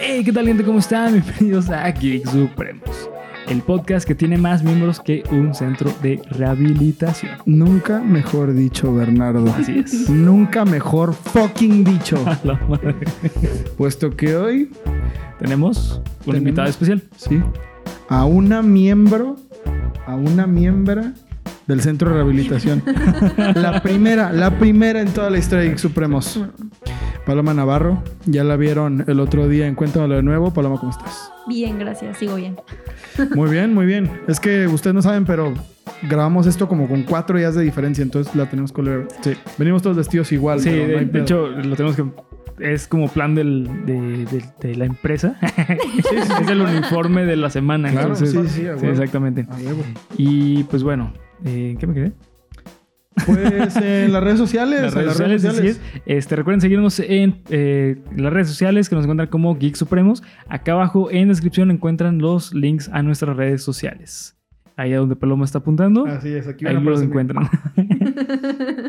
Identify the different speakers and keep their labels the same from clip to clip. Speaker 1: Hey, ¿qué tal gente? ¿Cómo están? Bienvenidos a Geek Supremos, el podcast que tiene más miembros que un centro de rehabilitación.
Speaker 2: Nunca mejor dicho, Bernardo.
Speaker 1: Así es.
Speaker 2: Nunca mejor fucking dicho.
Speaker 1: A la madre.
Speaker 2: Puesto que hoy,
Speaker 1: Tenemos un invitado especial.
Speaker 2: sí, a una miembro, a una miembra del centro de rehabilitación. la primera, la primera en toda la historia de Geek Supremos. Paloma Navarro, ya la vieron el otro día en Cuéntamelo de nuevo. Paloma, ¿cómo estás?
Speaker 3: Bien, gracias, sigo bien.
Speaker 2: Muy bien, muy bien. Es que ustedes no saben, pero grabamos esto como con cuatro días de diferencia, entonces la tenemos color.
Speaker 1: Sí.
Speaker 2: Venimos todos vestidos igual.
Speaker 1: Sí,
Speaker 2: pero no
Speaker 1: de,
Speaker 2: hay
Speaker 1: de
Speaker 2: pedo.
Speaker 1: hecho, lo tenemos que. Es como plan del, de, de- de la empresa. es el uniforme de la semana.
Speaker 2: Claro,
Speaker 1: entonces,
Speaker 2: sí, sí, a huevo.
Speaker 1: exactamente.
Speaker 2: A huevo.
Speaker 1: Y pues bueno, eh, ¿qué me quedé?
Speaker 2: Pues en las redes sociales.
Speaker 1: las
Speaker 2: en
Speaker 1: redes sociales, así es. Este, recuerden seguirnos en eh, las redes sociales que nos encuentran como Geek Supremos. Acá abajo en descripción encuentran los links a nuestras redes sociales. Ahí a donde Paloma está apuntando.
Speaker 2: Así es, aquí
Speaker 1: Ahí
Speaker 2: van a
Speaker 1: los
Speaker 2: aparecer.
Speaker 1: encuentran.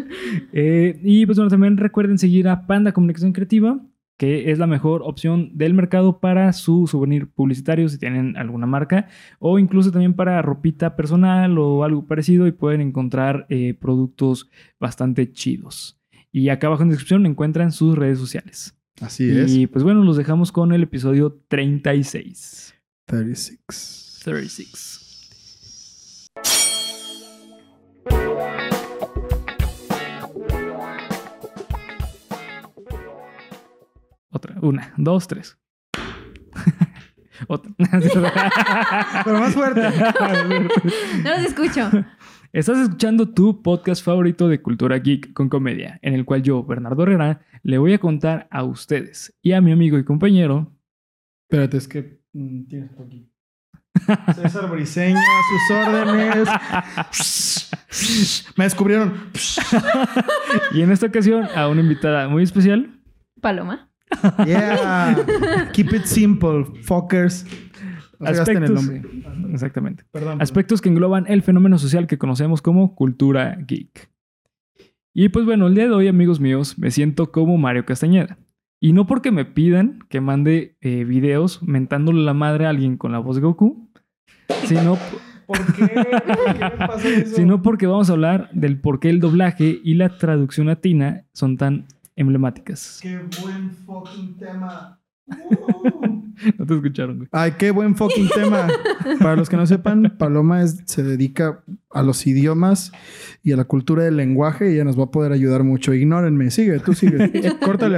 Speaker 1: Eh, y pues bueno, también recuerden seguir a Panda Comunicación Creativa, que es la mejor opción del mercado para su souvenir publicitario si tienen alguna marca, o incluso también para ropita personal o algo parecido y pueden encontrar eh, productos bastante chidos. Y acá abajo en la descripción encuentran sus redes sociales.
Speaker 2: Así es.
Speaker 1: Y pues bueno, los dejamos con el episodio 36.
Speaker 2: 36.
Speaker 1: 36. Otra, una, dos, tres. Otra.
Speaker 2: Pero más fuerte.
Speaker 3: No los escucho.
Speaker 1: Estás escuchando tu podcast favorito de cultura geek con comedia, en el cual yo, Bernardo Herrera, le voy a contar a ustedes y a mi amigo y compañero.
Speaker 2: Espérate, es que mm, tienes por aquí. César Briseño, a sus órdenes. Me descubrieron.
Speaker 1: Y en esta ocasión a una invitada muy especial,
Speaker 3: Paloma.
Speaker 2: Yeah. Keep it simple, fuckers. No se gasten el
Speaker 1: Aspectos.
Speaker 2: nombre. Perdón,
Speaker 1: Exactamente.
Speaker 2: Perdón.
Speaker 1: Aspectos que engloban el fenómeno social que conocemos como cultura geek. Y pues bueno, el día de hoy, amigos míos, me siento como Mario Castañeda. Y no porque me pidan que mande eh, videos mentándole la madre a alguien con la voz de Goku, sino,
Speaker 2: ¿Por qué? ¿Por qué me pasa eso?
Speaker 1: sino porque vamos a hablar del por qué el doblaje y la traducción latina son tan emblemáticas.
Speaker 2: Qué buen fucking tema. Uh.
Speaker 1: No te escucharon, güey.
Speaker 2: Ay, qué buen fucking tema. Para los que no sepan, Paloma es- se dedica a los idiomas y a la cultura del lenguaje y ella nos va a poder ayudar mucho. Ignórenme, sigue, tú sigue. Córtale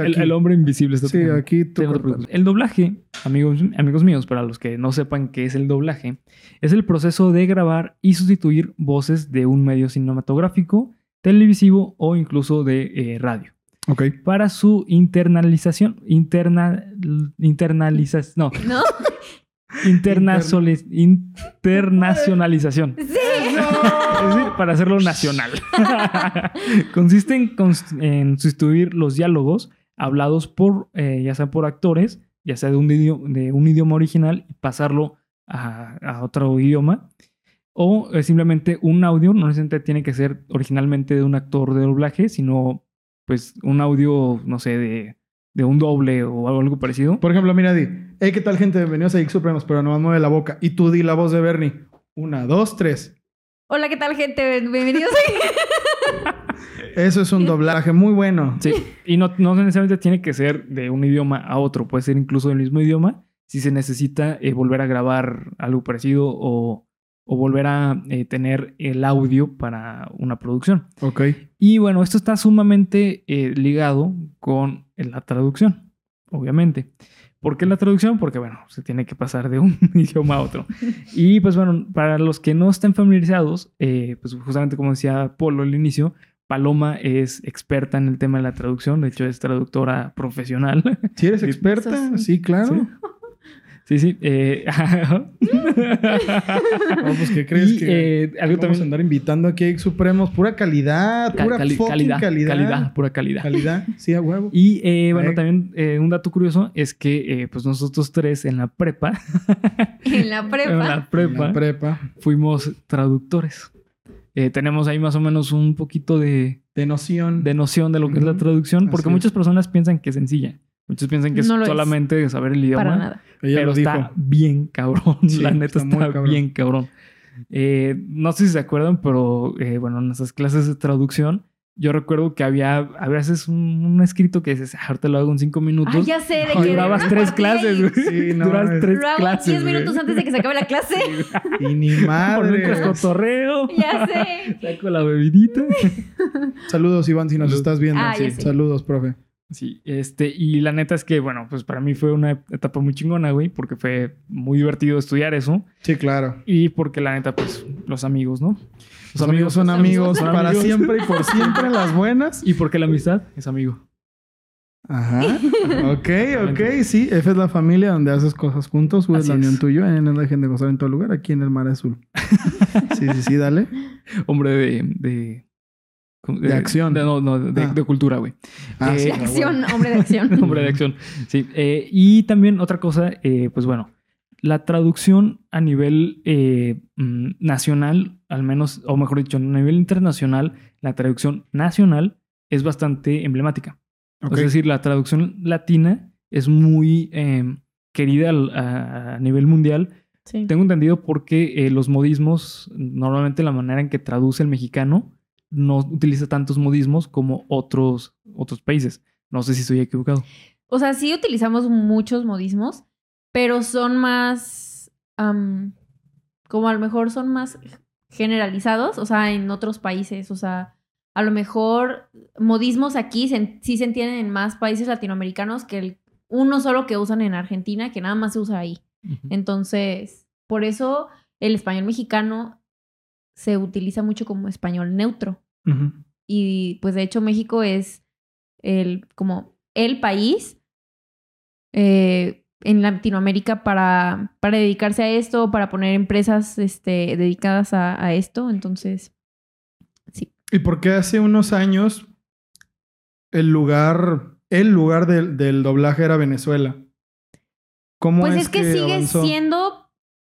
Speaker 1: El,
Speaker 2: aquí.
Speaker 1: el hombre invisible está
Speaker 2: sí,
Speaker 1: tocando.
Speaker 2: aquí tú
Speaker 1: Sí, no te
Speaker 2: córtale.
Speaker 1: preocupes. El doblaje, amigos, amigos míos, para los que no sepan qué es el doblaje, es el proceso de grabar y sustituir voces de un medio cinematográfico, televisivo o incluso de eh, radio
Speaker 2: Ok.
Speaker 1: para su internalización, interna, internalización, no,
Speaker 3: ¿No?
Speaker 1: internazoli- internacionalización.
Speaker 3: Sí.
Speaker 1: Ah, Es decir, para hacerlo nacional. Consiste en, cons- en sustituir los diálogos hablados por, eh, ya sea por actores, ya sea de un, idioma, de un idioma original, y pasarlo a, a otro idioma. O eh, simplemente un audio, no necesariamente tiene que ser originalmente de un actor de doblaje, sino pues un audio, no sé, de, de un doble o algo, algo parecido.
Speaker 2: Por ejemplo, mira, di. Hey, ¿qué tal, gente? Bienvenidos a Geek Supremos, pero nomás mueve la boca. Y tú di la voz de Bernie. Una, dos, tres.
Speaker 3: Hola, ¿qué tal, gente? Bienvenidos a...
Speaker 2: Eso es un doblaje muy bueno.
Speaker 1: Sí, y no, no necesariamente tiene que ser de un idioma a otro, puede ser incluso del mismo idioma si se necesita eh, volver a grabar algo parecido o, o volver a eh, tener el audio para una producción.
Speaker 2: Ok.
Speaker 1: Y bueno, esto está sumamente eh, ligado con la traducción, obviamente. ¿Por qué la traducción? Porque bueno, se tiene que pasar de un idioma a otro. Y pues bueno, para los que no estén familiarizados, eh, pues justamente como decía Polo al inicio, Paloma es experta en el tema de la traducción, de hecho es traductora profesional.
Speaker 2: Si eres experta,
Speaker 3: Sos-
Speaker 2: sí, claro.
Speaker 1: Sí, sí. eh,
Speaker 2: No, pues, ¿qué crees
Speaker 1: y,
Speaker 2: que.?
Speaker 1: eh, algo
Speaker 2: Vamos a
Speaker 1: también...
Speaker 2: andar invitando aquí a Geek Supremos. Pura calidad,
Speaker 1: Ca-
Speaker 2: pura
Speaker 1: cali-
Speaker 2: fucking
Speaker 1: calidad, calidad,
Speaker 2: calidad.
Speaker 1: pura calidad.
Speaker 2: Calidad, sí, a huevo.
Speaker 1: Y eh, bueno,
Speaker 2: Ahí.
Speaker 1: también eh, un dato curioso es que eh, pues nosotros tres en la prepa,
Speaker 3: En la
Speaker 1: en
Speaker 3: prepa.
Speaker 1: la prepa,
Speaker 2: La prepa.
Speaker 1: fuimos traductores. eh, tenemos ahí más o menos un poquito de,
Speaker 2: De noción.
Speaker 1: de noción de lo que es la
Speaker 2: Ujú.
Speaker 1: traducción, porque
Speaker 2: Así
Speaker 1: muchas personas piensan que es sencilla. Muchos piensan que es
Speaker 3: No lo es.
Speaker 1: solamente saber el idioma.
Speaker 3: Para nada.
Speaker 2: Ella
Speaker 1: pero
Speaker 2: lo dijo.
Speaker 1: está bien cabrón.
Speaker 2: Sí,
Speaker 1: la neta
Speaker 2: está
Speaker 1: está,
Speaker 2: muy cabrón.
Speaker 1: bien cabrón. Eh, no sé si se acuerdan, pero eh, bueno, en nuestras clases de traducción, yo recuerdo que había a veces un, un escrito que dices, "Ah, ahorita te lo hago en cinco minutos.
Speaker 3: Ah, ya sé. De
Speaker 2: Ay,
Speaker 3: que
Speaker 1: Durabas
Speaker 3: una
Speaker 1: tres
Speaker 3: partida
Speaker 1: clases,
Speaker 3: y
Speaker 1: güey.
Speaker 2: Sí, no,
Speaker 1: Durabas
Speaker 2: es-
Speaker 1: tres
Speaker 3: Lo hago
Speaker 1: clases.
Speaker 3: 10
Speaker 1: güey.
Speaker 3: minutos antes de que se acabe la clase.
Speaker 2: Y ni
Speaker 1: Por
Speaker 2: madre.
Speaker 1: mientras cotorreo.
Speaker 3: ya sé.
Speaker 1: Saco la bebidita.
Speaker 2: Saludos, Iván, si nos
Speaker 1: Salud.
Speaker 2: estás viendo.
Speaker 3: Ah,
Speaker 2: Sí.
Speaker 3: ya sé.
Speaker 2: Saludos, profe.
Speaker 1: Sí, este, y la neta es que, bueno, pues para mí fue una etapa muy chingona, güey, porque fue muy divertido estudiar eso
Speaker 2: Sí, claro.
Speaker 1: y porque la neta, pues, los amigos, ¿no?
Speaker 2: Los amigos son
Speaker 3: los
Speaker 1: amigos
Speaker 2: amigos
Speaker 1: son
Speaker 2: para
Speaker 1: amigos.
Speaker 2: siempre y por siempre las buenas.
Speaker 1: Y porque la amistad es amigo.
Speaker 2: Ajá. Ok, ok, sí. F es la familia donde haces cosas juntos. U es
Speaker 1: Así
Speaker 2: la
Speaker 1: es.
Speaker 2: unión tuyo. N es la gente gozada en todo lugar. Aquí en el Mar Azul. Sí, sí, sí, dale.
Speaker 1: hombre de. de, ¿cómo?
Speaker 2: De acción.
Speaker 1: de- no, no, de,
Speaker 2: Ah.
Speaker 1: de cultura, güey.
Speaker 2: Ah,
Speaker 1: Eh,
Speaker 2: sí,
Speaker 1: De
Speaker 3: De
Speaker 2: claro,
Speaker 3: acción,
Speaker 2: bueno.
Speaker 3: hombre de acción.
Speaker 1: hombre de acción. Sí. eh, y también otra cosa, eh, pues bueno, la traducción a nivel eh, mm, nacional, al menos, o mejor dicho, a nivel internacional, la traducción nacional es bastante emblemática.
Speaker 2: Ok.
Speaker 1: Es decir, la traducción latina es muy eh, querida al- a- a nivel mundial
Speaker 3: Sí.
Speaker 1: Tengo entendido porque eh, los modismos, normalmente la manera en que traduce el mexicano, no utiliza tantos modismos como otros, otros países. No sé si estoy equivocado.
Speaker 3: O sea, sí utilizamos muchos modismos, pero son más. am, como a lo mejor son más generalizados, o sea, en otros países. O sea, a lo mejor modismos aquí se- sí se entienden en más países latinoamericanos que el uno solo que usan en Argentina, que nada más se usa ahí. Entonces, por eso el español mexicano se utiliza mucho como español neutro.
Speaker 2: Ujú.
Speaker 3: Y pues de hecho México es el, como el país eh, en Latinoamérica para, para dedicarse a esto, para poner empresas este, dedicadas a, a esto. Entonces,
Speaker 2: Y porque hace unos años el lugar, el lugar del, del doblaje era Venezuela. ¿Cómo
Speaker 3: pues es que, sigue
Speaker 2: avanzó?
Speaker 3: siendo,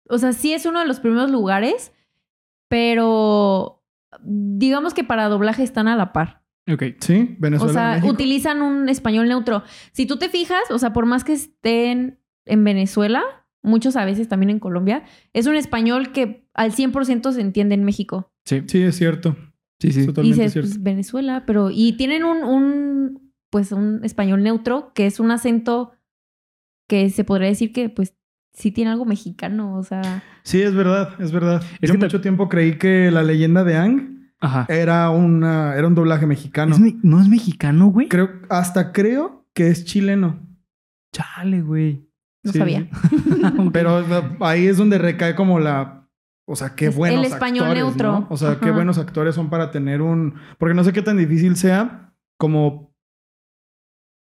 Speaker 3: o sea, sí es uno de los primeros lugares, pero digamos que para doblaje están a la par.
Speaker 1: Ok.
Speaker 2: Sí,
Speaker 3: O
Speaker 2: Venezuela.
Speaker 3: sea,
Speaker 2: México.
Speaker 3: utilizan un español neutro. Si tú te fijas, o sea, por más que estén en Venezuela, muchos a veces también en Colombia, es un español que al 100% se entiende en México.
Speaker 1: Sí,
Speaker 2: Sí, es cierto.
Speaker 1: sí, sí.
Speaker 2: Es totalmente
Speaker 3: y dices,
Speaker 2: cierto.
Speaker 3: pues, Venezuela, pero... Y tienen un, un, pues, un español neutro que es un acento que se podría decir que, pues, sí tiene algo mexicano, o sea...
Speaker 2: Sí, es verdad, es verdad.
Speaker 1: Es
Speaker 2: Yo
Speaker 1: que te-
Speaker 2: mucho tiempo creí que la leyenda de Ang
Speaker 1: Ajá.
Speaker 2: era una, era un doblaje mexicano.
Speaker 1: ¿Es me- Eh, ¿No es mexicano, güey?
Speaker 2: Creo, hasta creo que es chileno.
Speaker 1: Chale, güey.
Speaker 3: No
Speaker 2: Sí,
Speaker 3: sabía.
Speaker 2: sí. Pero eh, ahí es donde recae como la. O sea, qué
Speaker 3: Es el
Speaker 2: buenos
Speaker 3: español
Speaker 2: actores,
Speaker 3: neutro.
Speaker 2: ¿no? O sea, qué
Speaker 3: Ajá.
Speaker 2: buenos actores son para tener un. Porque no sé qué tan difícil sea como.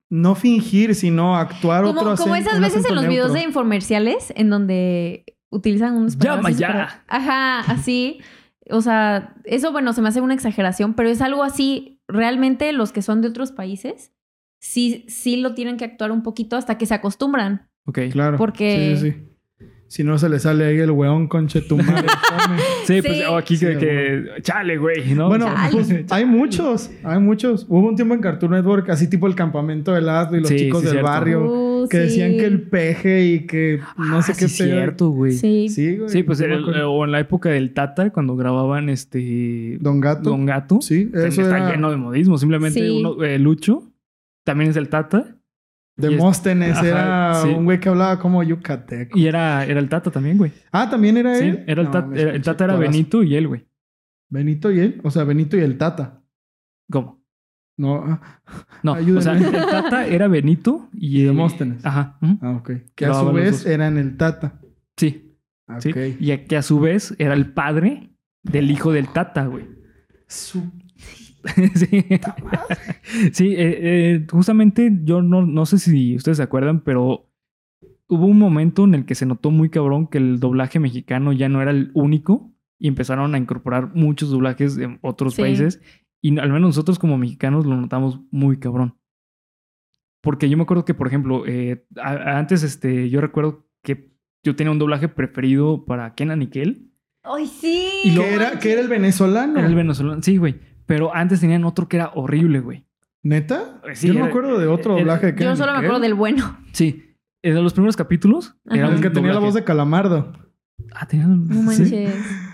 Speaker 2: No fingir, sino actuar
Speaker 3: Como,
Speaker 2: otro
Speaker 3: como
Speaker 2: acen-
Speaker 3: esas
Speaker 2: un
Speaker 3: veces en
Speaker 2: acento
Speaker 3: los videos de
Speaker 2: neutro.
Speaker 3: infomerciales en donde utilizan unos
Speaker 1: Llama
Speaker 3: palabras
Speaker 1: ya.
Speaker 3: para- Ajá, así. O sea, eso bueno, se me hace una exageración, pero es algo así. Realmente los que son de otros países sí, sí lo tienen que actuar un poquito hasta que se acostumbran.
Speaker 1: Ok.
Speaker 2: Claro.
Speaker 3: porque-
Speaker 2: Sí, sí, sí. Si no se le sale ahí el weón conche tu madre. come.
Speaker 1: Sí,
Speaker 3: Sí.
Speaker 1: pues oh, aquí
Speaker 2: Sí,
Speaker 1: que, que- Chale, güey, ¿no?
Speaker 2: bueno,
Speaker 3: Chale.
Speaker 2: pues, hay muchos, hay muchos. Hubo un tiempo en Cartoon Network, así tipo el campamento del asno y los
Speaker 1: Sí,
Speaker 2: chicos
Speaker 1: sí,
Speaker 2: del
Speaker 1: cierto.
Speaker 2: barrio,
Speaker 3: Uh,
Speaker 2: que decían
Speaker 3: sí.
Speaker 2: que el peje y que no
Speaker 1: Ah,
Speaker 2: sé qué
Speaker 1: sí,
Speaker 2: pedo.
Speaker 1: cierto, güey. Sí,
Speaker 3: Sí.
Speaker 2: Sí, güey.
Speaker 1: pues
Speaker 2: yo me
Speaker 1: el-
Speaker 2: acuerdo.
Speaker 1: o en la época del Tata, cuando grababan este.
Speaker 2: Don Gato.
Speaker 1: Don Gato.
Speaker 2: Sí, eso
Speaker 1: está
Speaker 2: era
Speaker 1: lleno de modismo. Simplemente
Speaker 3: Sí.
Speaker 1: uno, eh, Lucho también es el Tata.
Speaker 2: Demóstenes,
Speaker 1: Ajá,
Speaker 2: era
Speaker 1: sí.
Speaker 2: un güey que hablaba como yucateco.
Speaker 1: Y era, era el Tata también, güey.
Speaker 2: Ah, también era
Speaker 1: Sí,
Speaker 2: él.
Speaker 1: era el,
Speaker 2: No,
Speaker 1: Tata,
Speaker 2: mames,
Speaker 1: era, el
Speaker 2: pinche
Speaker 1: Tata era
Speaker 2: actorazo.
Speaker 1: Benito y él, güey.
Speaker 2: Benito y él, o sea, Benito y el Tata.
Speaker 1: ¿Cómo?
Speaker 2: No, ah,
Speaker 1: No, o sea,
Speaker 2: Ayúdenme.
Speaker 1: el Tata era Benito y...
Speaker 2: Y Demóstenes.
Speaker 1: Ajá. ujú,
Speaker 2: ah, ok. Que a
Speaker 1: Grababan
Speaker 2: su
Speaker 1: los
Speaker 2: vez
Speaker 1: dos.
Speaker 2: eran el Tata.
Speaker 1: Sí,
Speaker 2: Ah,
Speaker 1: sí.
Speaker 2: Ok.
Speaker 1: Y que a su vez era el padre del hijo del Tata, güey.
Speaker 2: Su-
Speaker 1: sí, sí eh, eh, justamente yo no, no sé si ustedes se acuerdan, pero hubo un momento en el que se notó muy cabrón que el doblaje mexicano ya no era el único y empezaron a incorporar muchos doblajes de otros
Speaker 3: Sí.
Speaker 1: países y al menos nosotros como mexicanos lo notamos muy cabrón. Porque yo me acuerdo que, por ejemplo, eh, a- antes este, yo recuerdo que yo tenía un doblaje preferido para Kenan y Kel
Speaker 3: ¡Ay, sí!
Speaker 1: Y lo-
Speaker 2: Que era, que era el venezolano.
Speaker 1: Era el venezolano. Sí, güey. Pero antes tenían otro que era horrible, güey.
Speaker 2: ¿Neta?
Speaker 1: Sí,
Speaker 2: Yo no
Speaker 1: era-
Speaker 2: me acuerdo de otro
Speaker 1: era-
Speaker 2: doblaje de
Speaker 3: Yo
Speaker 2: Kennedy.
Speaker 3: solo me acuerdo del bueno.
Speaker 1: Sí. En los primeros capítulos.
Speaker 3: Ajá.
Speaker 1: Era
Speaker 2: El que tenía la voz de Calamardo.
Speaker 1: Ah, tenía. No
Speaker 3: No manches.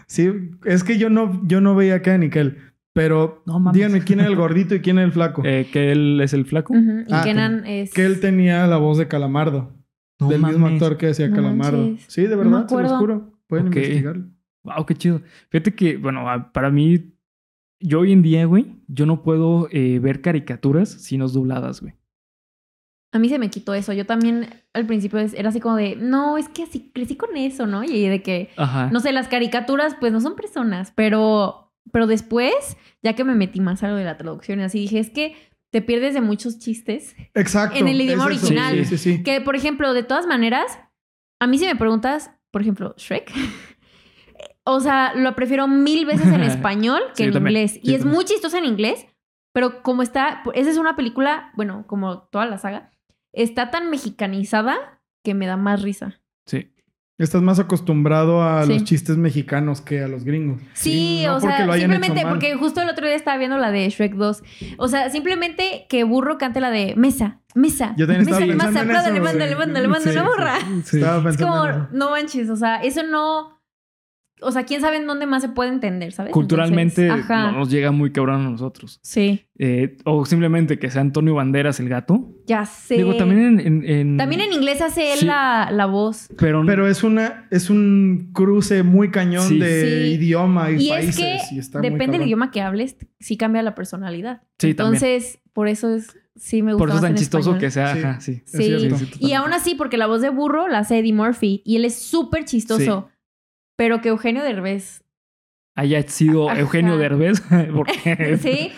Speaker 2: Sí, es que yo no, yo no veía a Nickel. Pero
Speaker 1: No mames.
Speaker 2: díganme quién era el gordito y quién era el flaco.
Speaker 1: Eh, que él es el flaco.
Speaker 3: Ujú, Y
Speaker 2: Ah,
Speaker 3: Kenan es...
Speaker 2: Que él tenía la voz de Calamardo.
Speaker 1: No
Speaker 2: del mismo
Speaker 1: mames.
Speaker 2: actor que decía
Speaker 3: No
Speaker 2: Calamardo.
Speaker 3: manches.
Speaker 2: Sí, de
Speaker 3: me
Speaker 2: verdad, te lo
Speaker 3: acuerdo.
Speaker 2: juro. Pueden
Speaker 1: Ok.
Speaker 2: investigarlo.
Speaker 1: Wow, qué chido. Fíjate que, bueno, a- para mí, yo hoy en día, güey, yo no puedo eh, ver caricaturas sino dobladas, güey.
Speaker 3: A mí se me quitó eso. Yo también al principio es- era así como de... No, es que así crecí con eso, ¿no? Y de que...
Speaker 1: Ajá.
Speaker 3: No sé, las caricaturas pues no son personas. Pero, pero después, ya que me metí más a lo de la traducción y así, dije, es que te pierdes de muchos chistes.
Speaker 2: Exacto.
Speaker 3: En el idioma
Speaker 2: es eso.
Speaker 1: original.
Speaker 2: Sí, sí, sí.
Speaker 3: Que, por ejemplo, de todas maneras, a mí si me preguntas, por ejemplo, Shrek, o sea, lo prefiero mil veces en español
Speaker 1: Sí,
Speaker 3: que
Speaker 1: yo
Speaker 3: en
Speaker 1: también.
Speaker 3: inglés.
Speaker 2: Sí,
Speaker 3: y
Speaker 2: yo
Speaker 3: es muy chistoso en inglés, pero como está, esa es una película, bueno, como toda la saga, está tan mexicanizada que me da más risa.
Speaker 1: Sí.
Speaker 2: Estás más acostumbrado a
Speaker 3: Sí.
Speaker 2: los chistes mexicanos que a los gringos.
Speaker 3: Sí,
Speaker 2: no
Speaker 3: o
Speaker 2: porque lo
Speaker 3: sea,
Speaker 2: hayan hecho
Speaker 3: simplemente
Speaker 2: mal.
Speaker 3: porque justo el otro día estaba viendo la de Shrek 2. O sea, simplemente que burro cante la de mesa, mesa.
Speaker 2: Yo también estaba
Speaker 3: mesa,
Speaker 2: pensando
Speaker 3: masa,
Speaker 2: en
Speaker 3: mándale,
Speaker 2: eso,
Speaker 3: mándale,
Speaker 2: güey.
Speaker 3: mándale, mándale,
Speaker 2: Sí,
Speaker 3: borra.
Speaker 1: Sí.
Speaker 2: Estaba
Speaker 3: Es
Speaker 2: pensando
Speaker 3: como,
Speaker 2: en eso.
Speaker 3: no manches, o sea, eso no. O sea, quién sabe en dónde más se puede entender, ¿sabes?
Speaker 1: Culturalmente
Speaker 3: Entonces, ajá.
Speaker 1: no nos llega muy cabrón a nosotros.
Speaker 3: Sí,
Speaker 1: Eh, o simplemente que sea Antonio Banderas el gato.
Speaker 3: ya sé.
Speaker 1: Digo, también en. en- en-
Speaker 3: También en inglés hace él
Speaker 1: Sí.
Speaker 3: la, la voz.
Speaker 1: Pero,
Speaker 2: Pero es una es un cruce muy cañón
Speaker 1: Sí.
Speaker 2: de
Speaker 3: Sí.
Speaker 2: idioma y,
Speaker 3: Y es
Speaker 2: países.
Speaker 3: que
Speaker 2: y está muy
Speaker 3: Depende del
Speaker 2: cabrón.
Speaker 3: idioma que hables, sí cambia la personalidad.
Speaker 1: Sí, también.
Speaker 3: Entonces, por eso es. Sí, me gusta.
Speaker 1: por eso es
Speaker 3: más
Speaker 1: tan
Speaker 3: en
Speaker 1: chistoso
Speaker 3: español.
Speaker 1: que sea.
Speaker 2: Sí.
Speaker 1: Ajá, sí.
Speaker 2: Es
Speaker 3: Sí.
Speaker 2: cierto.
Speaker 1: Sí, sí,
Speaker 3: Y aún así, porque la voz de burro la hace Eddie Murphy y él es súper chistoso. Pero que Eugenio Derbez.
Speaker 1: Haya sido
Speaker 3: Ajá.
Speaker 1: Eugenio Derbez.
Speaker 2: Eh,
Speaker 1: Porque
Speaker 3: Sí.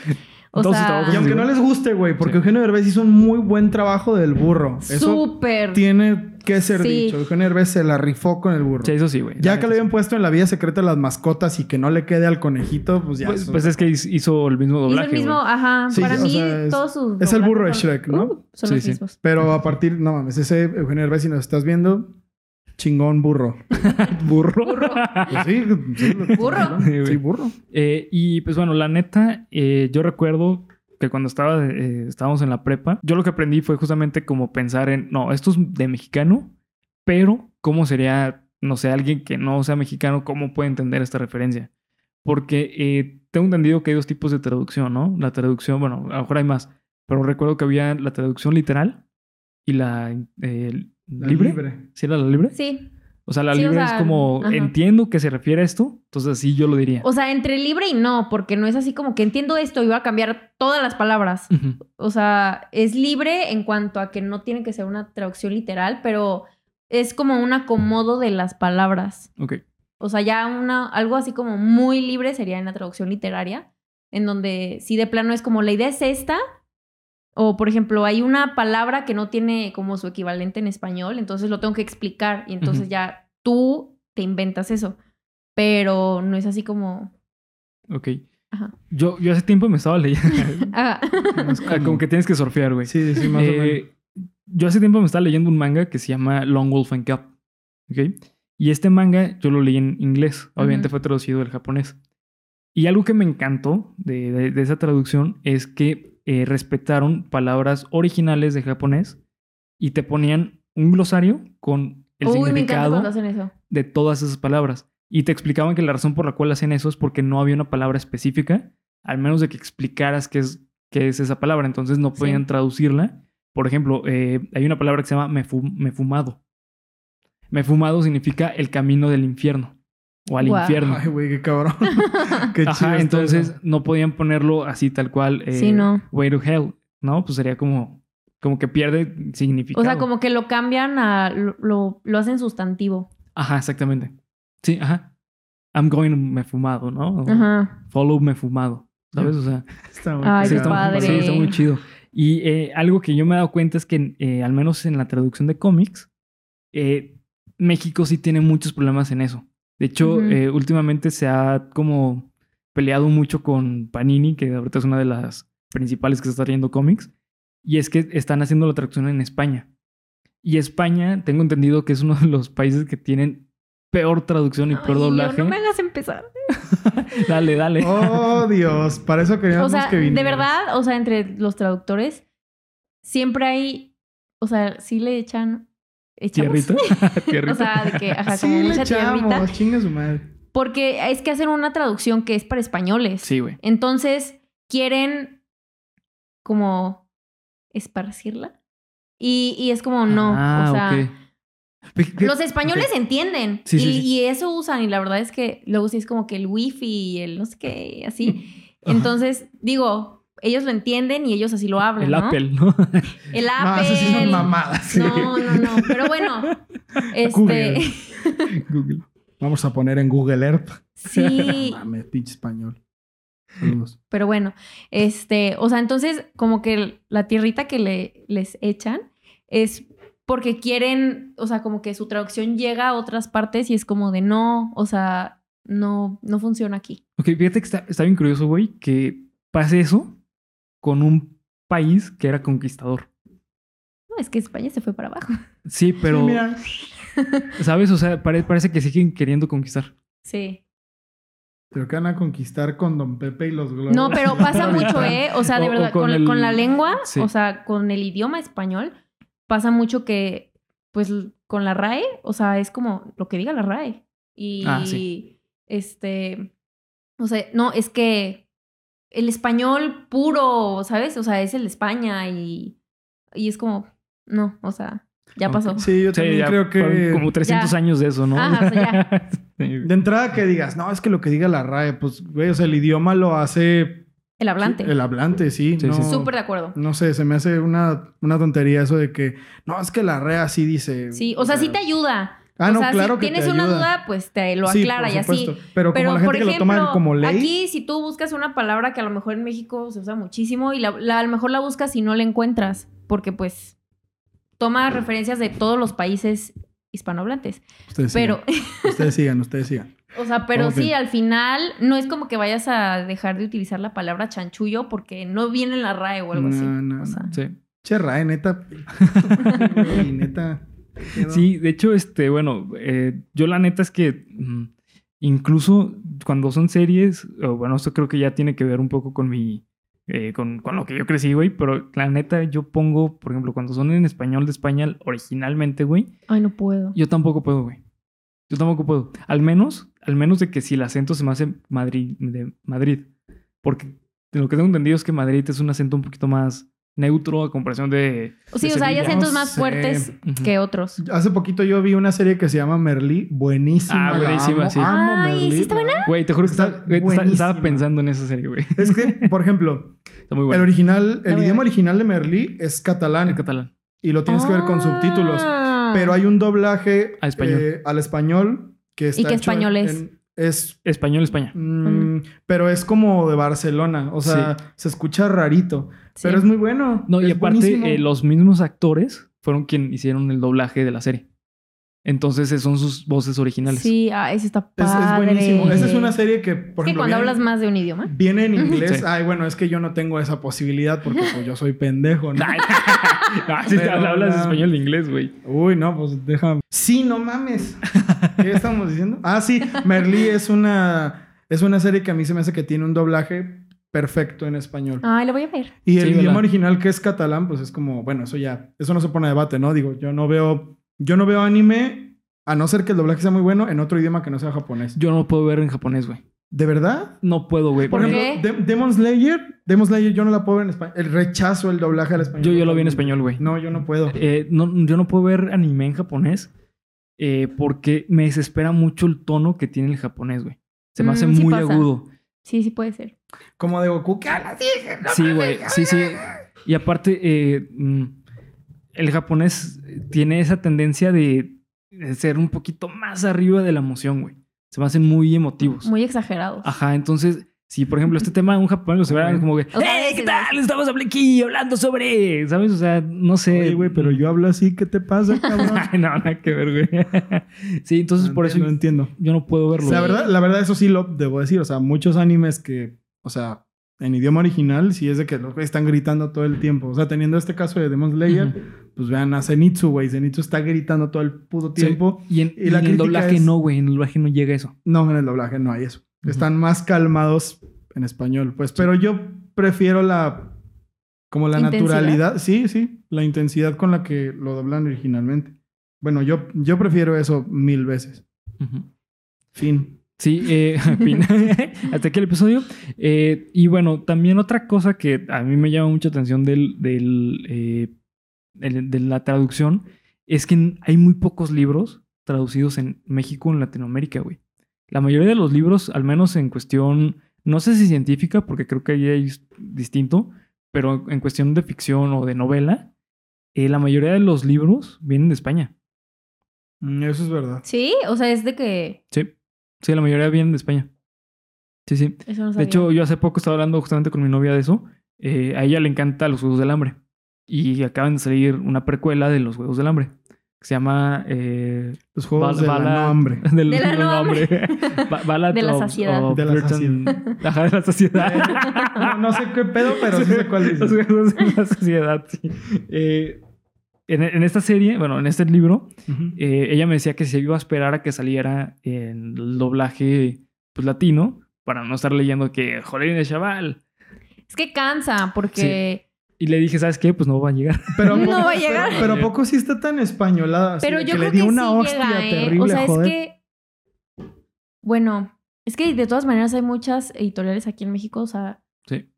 Speaker 3: O
Speaker 1: Dos
Speaker 3: sea,
Speaker 1: trabajos
Speaker 2: Y aunque no les guste, güey, porque
Speaker 1: Sí.
Speaker 2: Eugenio Derbez hizo un muy buen trabajo del burro. Eso
Speaker 3: súper.
Speaker 2: tiene que ser
Speaker 3: Sí.
Speaker 2: dicho. Eugenio Derbez se la rifó con el burro.
Speaker 1: Sí, eso sí, güey. La
Speaker 2: Ya que
Speaker 1: neta
Speaker 2: lo
Speaker 1: sí.
Speaker 2: habían puesto en la vida secreta de las mascotas y que no le quede al conejito, pues ya.
Speaker 1: Pues,
Speaker 2: eso-
Speaker 1: pues es que hizo el mismo
Speaker 3: Hizo
Speaker 1: doblaje.
Speaker 3: el mismo,
Speaker 1: güey.
Speaker 3: ajá.
Speaker 2: Sí,
Speaker 3: Para
Speaker 2: o
Speaker 3: mí,
Speaker 2: sea, es-
Speaker 3: todos sus.
Speaker 2: es el burro de
Speaker 3: doblajes son-
Speaker 2: Shrek, ¿no?
Speaker 3: Uh, son
Speaker 1: Sí,
Speaker 3: los
Speaker 1: sí.
Speaker 3: mismos.
Speaker 2: Pero a partir, no mames, ese Eugenio Derbez, si nos estás viendo, chingón burro. burro.
Speaker 3: Burro.
Speaker 2: Pues sí, sí, lo-
Speaker 3: Burro.
Speaker 1: Sí, güey.
Speaker 2: Sí, burro.
Speaker 1: Eh, y pues bueno, la neta, eh, yo recuerdo que cuando estaba, eh, estábamos en la prepa, yo lo que aprendí fue justamente como pensar en, no, esto es de mexicano, pero ¿cómo sería, no sé, alguien que no sea mexicano, cómo puede entender esta referencia? Porque eh, tengo entendido que hay dos tipos de traducción, ¿no? La traducción, bueno, a lo mejor hay más, pero recuerdo que había la traducción literal y la eh,
Speaker 2: La
Speaker 1: libre. ¿Sí era la libre?
Speaker 3: Sí.
Speaker 1: O sea, la
Speaker 3: Sí, o
Speaker 1: libre
Speaker 3: sea,
Speaker 1: es como,
Speaker 3: ajá.
Speaker 1: entiendo que se refiere a esto, entonces sí yo lo diría.
Speaker 3: O sea, entre libre y no, porque no es así como que entiendo esto y voy a cambiar todas las palabras.
Speaker 1: Ujú.
Speaker 3: O sea, es libre en cuanto a que no tiene que ser una traducción literal, pero es como un acomodo de las palabras.
Speaker 1: Ok.
Speaker 3: O sea, ya una, algo así como muy libre sería en la traducción literaria, en donde si de plano es como la idea es esta, o por ejemplo, hay una palabra que no tiene como su equivalente en español, entonces lo tengo que explicar y entonces
Speaker 1: Ujú.
Speaker 3: ya tú te inventas eso, pero no es así como...
Speaker 1: Ok.
Speaker 3: Ajá.
Speaker 1: Yo, yo hace tiempo me estaba leyendo.
Speaker 3: Ah,
Speaker 2: No es
Speaker 1: Ah, como que tienes que surfear, güey.
Speaker 2: Sí, sí, más o menos.
Speaker 1: Eh, Yo hace tiempo me estaba leyendo un manga que se llama Long Wolf and Cup. Ok. Y este manga yo lo leí en inglés. Obviamente
Speaker 3: Ujú.
Speaker 1: fue traducido del japonés. Y algo que me encantó de, de- de esa traducción es que eh, respetaron palabras originales de japonés y te ponían un glosario con el
Speaker 3: uy, me encanta
Speaker 1: significado
Speaker 3: cuando hacen eso.
Speaker 1: de todas esas palabras. Y te explicaban que la razón por la cual hacían eso es porque no había una palabra específica, al menos de que explicaras qué es, qué es esa palabra. Entonces no
Speaker 3: Sí.
Speaker 1: podían traducirla. Por ejemplo, eh, hay una palabra que se llama me, fu- me fumado. Me fumado significa el camino del infierno o al
Speaker 3: Guau.
Speaker 1: infierno.
Speaker 2: Ay, güey, qué cabrón. qué chido.
Speaker 1: Ajá,
Speaker 2: está
Speaker 1: entonces
Speaker 2: eso.
Speaker 1: no podían ponerlo así tal cual. eh,
Speaker 3: Sí, no.
Speaker 1: Way to hell, ¿no? Pues sería como, como que pierde significado.
Speaker 3: O sea, como que lo cambian a. Lo, lo, lo hacen sustantivo.
Speaker 1: Ajá, exactamente. Sí, ajá. I'm going me fumado, ¿no? O-
Speaker 3: Ajá.
Speaker 1: follow me fumado. ¿Sabes? O sea,
Speaker 2: Está muy
Speaker 3: Ay,
Speaker 1: sí,
Speaker 3: qué
Speaker 2: cagado.
Speaker 1: está,
Speaker 3: padre.
Speaker 1: sí, está muy chido. Y eh, algo que yo me he dado cuenta es que, eh, al menos en la traducción de cómics, eh, México sí tiene muchos problemas en eso. De hecho,
Speaker 3: Ujú.
Speaker 1: eh, últimamente se ha como peleado mucho con Panini, que ahorita es una de las principales que se está trayendo cómics, y es que están haciendo la traducción en España. Y España, tengo entendido que es uno de los países que tienen peor traducción y peor
Speaker 3: Ay,
Speaker 1: doblaje.
Speaker 3: No me hagas empezar.
Speaker 1: Dale, dale.
Speaker 2: Oh, Dios. Para eso queríamos
Speaker 3: O sea,
Speaker 2: que
Speaker 3: de
Speaker 2: vinieras.
Speaker 3: verdad, o sea, entre los traductores siempre hay, o sea, sí le echan echamos.
Speaker 1: Tierrita. Tierrita.
Speaker 3: O sea, de que, ajá, como
Speaker 2: Sí, le
Speaker 3: mucha tierrita.
Speaker 2: echamos. Chinga su madre.
Speaker 3: Porque es que hacen una traducción que es para españoles.
Speaker 1: sí, güey.
Speaker 3: Entonces, quieren como esparcirla. Y, y es como no.
Speaker 1: Ah,
Speaker 3: o sea,
Speaker 1: ok. Ve- ve-
Speaker 3: los españoles entienden.
Speaker 1: Sí,
Speaker 3: y,
Speaker 1: sí, sí.
Speaker 3: y eso usan. Y la verdad es que luego sí es como que el wifi y el no sé qué, y así.
Speaker 1: Ajá.
Speaker 3: Entonces, digo, ellos lo entienden y ellos así lo hablan.
Speaker 1: El
Speaker 3: ¿no?
Speaker 1: Apple, Ah, ¿no?
Speaker 3: El
Speaker 2: No,
Speaker 3: Apple.
Speaker 2: Ah, esas sí son mamadas. sí.
Speaker 3: No, no, no. Pero bueno.
Speaker 2: Google.
Speaker 3: este.
Speaker 2: Google. Vamos a poner en Google Earth.
Speaker 3: Sí.
Speaker 2: Mames, pinche español. Saludos.
Speaker 3: Pero bueno, este, o sea, entonces como que el- la tierrita que le, les echan es porque quieren, o sea, como que su traducción llega a otras partes y es como de no, o sea, no, no funciona aquí.
Speaker 1: Ok, fíjate que está, está bien curioso, güey, que pase eso con un país que era conquistador.
Speaker 3: No, es que España se fue para abajo.
Speaker 1: Sí, pero,
Speaker 2: Sí, mira.
Speaker 1: ¿sabes? O sea, pare- parece que siguen queriendo conquistar.
Speaker 3: Sí.
Speaker 2: Creo que van a conquistar con Don Pepe y los globos.
Speaker 3: No, pero pasa mucho, ¿eh? O sea,
Speaker 1: O-
Speaker 3: de
Speaker 1: o
Speaker 3: verdad,
Speaker 1: con
Speaker 3: con,
Speaker 1: el-
Speaker 3: con la lengua,
Speaker 1: sí.
Speaker 3: o sea, con el idioma español, pasa mucho que, pues, l- con la RAE, o sea, es como lo que diga la RAE. Y,
Speaker 1: Ah, sí.
Speaker 3: este, o sea, no, es que el español puro, ¿sabes? O sea, es el de España y, y es como, no, o sea, ya
Speaker 1: Ok.
Speaker 3: pasó.
Speaker 2: Sí, yo también
Speaker 1: ya
Speaker 2: creo que.
Speaker 1: fueron como 300
Speaker 3: Ya.
Speaker 1: años de eso, ¿no?
Speaker 3: Ajá, o sea,
Speaker 1: Sí, güey.
Speaker 2: De entrada que digas, no, es que lo que diga la RAE, pues, güey, o sea, el idioma lo hace.
Speaker 3: El hablante.
Speaker 2: El hablante, sí.
Speaker 1: Sí, Mm,
Speaker 2: no,
Speaker 1: sí.
Speaker 3: Súper de acuerdo.
Speaker 2: No sé, se me hace una, una tontería eso de que, no, es que la RAE así dice.
Speaker 3: Sí, o sea, sí te ayuda.
Speaker 2: Ah,
Speaker 3: o
Speaker 2: no,
Speaker 3: sea,
Speaker 2: claro
Speaker 3: si
Speaker 2: que
Speaker 3: tienes
Speaker 2: te
Speaker 3: una
Speaker 2: ayuda.
Speaker 3: duda, pues te lo
Speaker 2: Sí,
Speaker 3: aclara
Speaker 2: por
Speaker 3: y así.
Speaker 2: supuesto. Pero,
Speaker 3: Pero,
Speaker 2: como la gente
Speaker 3: por
Speaker 2: que
Speaker 3: ejemplo,
Speaker 2: lo toma como ley.
Speaker 3: aquí si tú buscas una palabra que a lo mejor en México se usa muchísimo y la, la- a lo mejor la buscas y no la encuentras, porque pues toma referencias de todos los países hispanohablantes.
Speaker 2: ustedes
Speaker 3: Pero,
Speaker 2: sigan, ustedes sigan, ustedes sigan.
Speaker 3: o sea, pero
Speaker 2: Ok.
Speaker 3: sí, al final no es como que vayas a dejar de utilizar la palabra chanchullo porque no viene en la RAE o algo así.
Speaker 2: No, no,
Speaker 3: O sea,
Speaker 1: Sí.
Speaker 2: Che, RAE, neta. Güey, neta.
Speaker 1: Sí, de hecho, este, bueno, eh, yo la neta es que mm, incluso cuando son series, o bueno, esto creo que ya tiene que ver un poco con mi, eh, con, con lo que yo crecí, güey, pero la neta yo pongo, por ejemplo, cuando son en español de España originalmente, güey,
Speaker 3: Ay, no puedo.
Speaker 1: yo tampoco puedo, güey. Yo tampoco puedo. Al menos, al menos de que si el acento se me hace Madrid, de Madrid. Porque de lo que tengo entendido es que Madrid es un acento un poquito más neutro a comparación de...
Speaker 3: O
Speaker 2: Pues
Speaker 3: sí,
Speaker 1: de
Speaker 3: o sea, hay
Speaker 1: Sevilla.
Speaker 3: acentos
Speaker 2: No
Speaker 3: más
Speaker 2: sé.
Speaker 3: fuertes
Speaker 1: Ujú.
Speaker 3: que otros.
Speaker 2: Hace poquito yo vi una serie que se llama Merlí. Buenísima.
Speaker 1: Ah,
Speaker 2: la
Speaker 1: buenísima,
Speaker 2: amo,
Speaker 1: sí.
Speaker 2: amo
Speaker 3: Ay,
Speaker 2: Merlí,
Speaker 3: ¿sí está
Speaker 2: la
Speaker 3: buena?
Speaker 2: amo.
Speaker 1: Güey, te juro que
Speaker 2: Está
Speaker 1: estaba- güey, estaba- estaba
Speaker 2: buenísima.
Speaker 1: pensando en esa serie, güey.
Speaker 2: Es que, por ejemplo,
Speaker 1: Está muy
Speaker 2: el
Speaker 1: buena.
Speaker 2: original,
Speaker 3: La
Speaker 2: el
Speaker 3: voy a
Speaker 2: idioma
Speaker 3: ver.
Speaker 2: original de Merlí es catalán
Speaker 1: El catalán.
Speaker 2: y lo tienes que ver
Speaker 3: Ah.
Speaker 2: con subtítulos. Pero hay un doblaje
Speaker 1: A español.
Speaker 2: eh, al español que está
Speaker 3: ¿Y qué
Speaker 2: hecho
Speaker 3: español es?
Speaker 2: en- es
Speaker 1: Español, España.
Speaker 2: mm, pero es como de Barcelona, o sea, se escucha rarito,
Speaker 3: Sí.
Speaker 2: pero es muy bueno.
Speaker 1: No, y
Speaker 2: es buenísimo.
Speaker 1: aparte, eh, los mismos actores fueron quienes hicieron el doblaje de la serie. Entonces, eh, son sus voces originales.
Speaker 3: Sí, ah, ese está
Speaker 2: es, es
Speaker 3: padre.
Speaker 2: buenísimo. Esa es una serie que,
Speaker 3: Es
Speaker 2: por
Speaker 3: que
Speaker 2: ejemplo,
Speaker 3: cuando
Speaker 2: viene-
Speaker 3: hablas más de un idioma.
Speaker 2: Viene en inglés.
Speaker 1: Sí.
Speaker 2: Ay, bueno, es que yo no tengo esa posibilidad porque pues, yo soy pendejo, ¿no?
Speaker 1: Nah, nah, si te
Speaker 2: Pero,
Speaker 1: hablas
Speaker 2: nah.
Speaker 1: español e inglés, güey.
Speaker 2: Uy, no, pues déjame. Sí, no mames. ¿Qué estamos diciendo? Ah, sí, Merlí es una, es una serie que a mí se me hace que tiene un doblaje perfecto en español.
Speaker 3: Ay, lo voy a ver.
Speaker 2: y el
Speaker 1: sí,
Speaker 2: idioma
Speaker 1: ¿verdad?
Speaker 2: original que es catalán, pues es como, bueno, eso ya, eso no se pone a debate, ¿no? Digo, yo no veo, yo no veo anime, a no ser que el doblaje sea muy bueno, en otro idioma que no sea japonés.
Speaker 1: Yo no puedo ver en japonés, güey.
Speaker 2: ¿De verdad?
Speaker 1: No puedo, güey.
Speaker 3: ¿Por
Speaker 1: porque-
Speaker 3: qué?
Speaker 2: Dem- Demon Slayer, Demon Slayer yo no la puedo ver en español. El rechazo, el doblaje al español.
Speaker 1: Yo, yo lo vi en español, güey.
Speaker 2: No, yo no puedo.
Speaker 1: Eh, no- yo no puedo ver anime en japonés eh, porque me desespera mucho el tono que tiene el japonés, güey. Se me hace
Speaker 3: Mm, sí
Speaker 1: muy
Speaker 3: pasa.
Speaker 1: agudo.
Speaker 3: Sí, sí puede ser.
Speaker 2: Como de Goku, ¿qué hablas?
Speaker 1: Sí, güey. Sí, sí. Y aparte, eh, mm, el japonés tiene esa tendencia de de ser un poquito más arriba de la emoción, güey. Se me hacen muy emotivos.
Speaker 3: Muy exagerado.
Speaker 1: Ajá, entonces, si por ejemplo este tema un japonés lo se verán como que,
Speaker 3: O sea,
Speaker 1: ¡Eh, qué
Speaker 3: sí,
Speaker 1: tal! Estamos aquí hablando sobre, ¿sabes? O sea, no sé.
Speaker 2: Oye, güey, pero yo hablo así, ¿qué te pasa, cabrón?
Speaker 1: Ay, no, nada que ver, güey. sí, entonces
Speaker 2: No
Speaker 1: por eso
Speaker 2: entiendo, no entiendo.
Speaker 1: yo no puedo verlo.
Speaker 2: La verdad, la verdad, eso sí lo debo decir. O sea, muchos animes que, o sea, en idioma original, si es de que los güeyes están gritando todo el tiempo. O sea, teniendo este caso de Demon Slayer, pues vean a Zenitsu, güey. Zenitsu está gritando todo el puto
Speaker 1: Sí.
Speaker 2: tiempo.
Speaker 1: Y en,
Speaker 2: Y
Speaker 1: y
Speaker 2: la
Speaker 1: en el
Speaker 2: crítica
Speaker 1: doblaje
Speaker 2: es-
Speaker 1: no, güey. En el doblaje no llega eso.
Speaker 2: No, en el doblaje no hay eso.
Speaker 1: Ujú.
Speaker 2: Están más calmados en español, pues. Pero yo prefiero la... Como la
Speaker 3: Intensidad.
Speaker 2: naturalidad. Sí, sí. La intensidad con la que lo doblan originalmente. Bueno, yo, yo prefiero eso mil veces.
Speaker 1: Ujú.
Speaker 2: Fin.
Speaker 1: Sí, eh, fin. hasta aquí el episodio. Eh, y bueno, también otra cosa que a mí me llama mucha atención del, del, eh, el- de la traducción es que hay muy pocos libros traducidos en México o en Latinoamérica, güey. La mayoría de los libros, al menos en cuestión, no sé si científica, porque creo que ahí es distinto, pero en cuestión de ficción o de novela, eh, la mayoría de los libros vienen de España.
Speaker 2: Mm, Eso es verdad.
Speaker 3: Sí, o sea, es de que.
Speaker 1: Sí, sí, la mayoría vienen de España. Sí, sí.
Speaker 3: Eso no
Speaker 1: De
Speaker 3: sabía.
Speaker 1: hecho, yo hace poco estaba hablando justamente con mi novia de eso. Eh, a ella le encanta los Juegos del Hambre. Y acaban de salir una precuela de los Juegos del Hambre. Que se llama... Eh,
Speaker 2: Los juegos
Speaker 1: Bal-
Speaker 2: de la
Speaker 1: Bala-
Speaker 2: no hambre.
Speaker 1: del-
Speaker 3: De la
Speaker 1: del
Speaker 3: no hambre.
Speaker 1: Ba- Ballad
Speaker 3: De la
Speaker 1: of-
Speaker 3: saciedad.
Speaker 1: of
Speaker 2: De la
Speaker 1: Birds and- Ajá, de la saciedad.
Speaker 2: No, no sé qué pedo, pero sí sé cuál
Speaker 1: Los
Speaker 2: dices.
Speaker 1: Juegos de la saciedad, sí. Eh, en, en esta serie, bueno, en este libro,
Speaker 2: Ujú.
Speaker 1: eh, ella me decía que se iba a esperar a que saliera en el doblaje pues, latino para no estar leyendo que, joder, el chaval.
Speaker 3: Es que cansa, porque.
Speaker 1: Y le dije, ¿sabes qué? Pues no va a llegar.
Speaker 2: Pero ¿a
Speaker 3: No
Speaker 2: poco,
Speaker 3: va a llegar.
Speaker 2: Pero, pero ¿a poco sí está tan españolada. Así
Speaker 3: Pero
Speaker 2: de
Speaker 3: yo
Speaker 2: que le
Speaker 3: creo
Speaker 2: di
Speaker 3: que
Speaker 2: una
Speaker 3: sí
Speaker 2: hostia
Speaker 3: llega, ¿eh?
Speaker 2: terrible,
Speaker 3: O sea,
Speaker 2: joder.
Speaker 3: es que. Bueno, es que de todas maneras hay muchas editoriales aquí en México, o sea.
Speaker 1: Sí.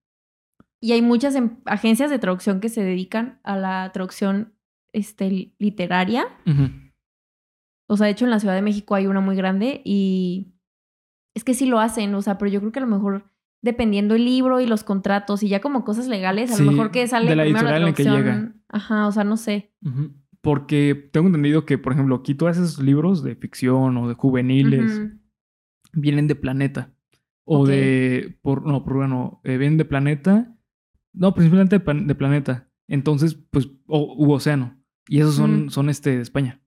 Speaker 3: Y hay muchas em- agencias de traducción que se dedican a la traducción este, li- literaria. O sea, de hecho en la Ciudad de México hay una muy grande y es que sí lo hacen, o sea, pero yo creo que a lo mejor dependiendo el libro y los contratos y ya como cosas legales, a
Speaker 1: Sí,
Speaker 3: lo mejor que sale
Speaker 1: de la
Speaker 3: primero
Speaker 1: editorial en la que
Speaker 3: traducción. Ajá, o sea, no sé.
Speaker 1: Ujú. Porque tengo entendido que, por ejemplo, aquí todos esos libros de ficción o de juveniles
Speaker 3: Ujú.
Speaker 1: vienen de Planeta. O
Speaker 3: Ok.
Speaker 1: de. Por, no, por bueno, eh, vienen de Planeta. No, principalmente de, Pan- de Planeta. Entonces, pues, o u Océano. Y esos son,
Speaker 3: Mm.
Speaker 1: son este de España.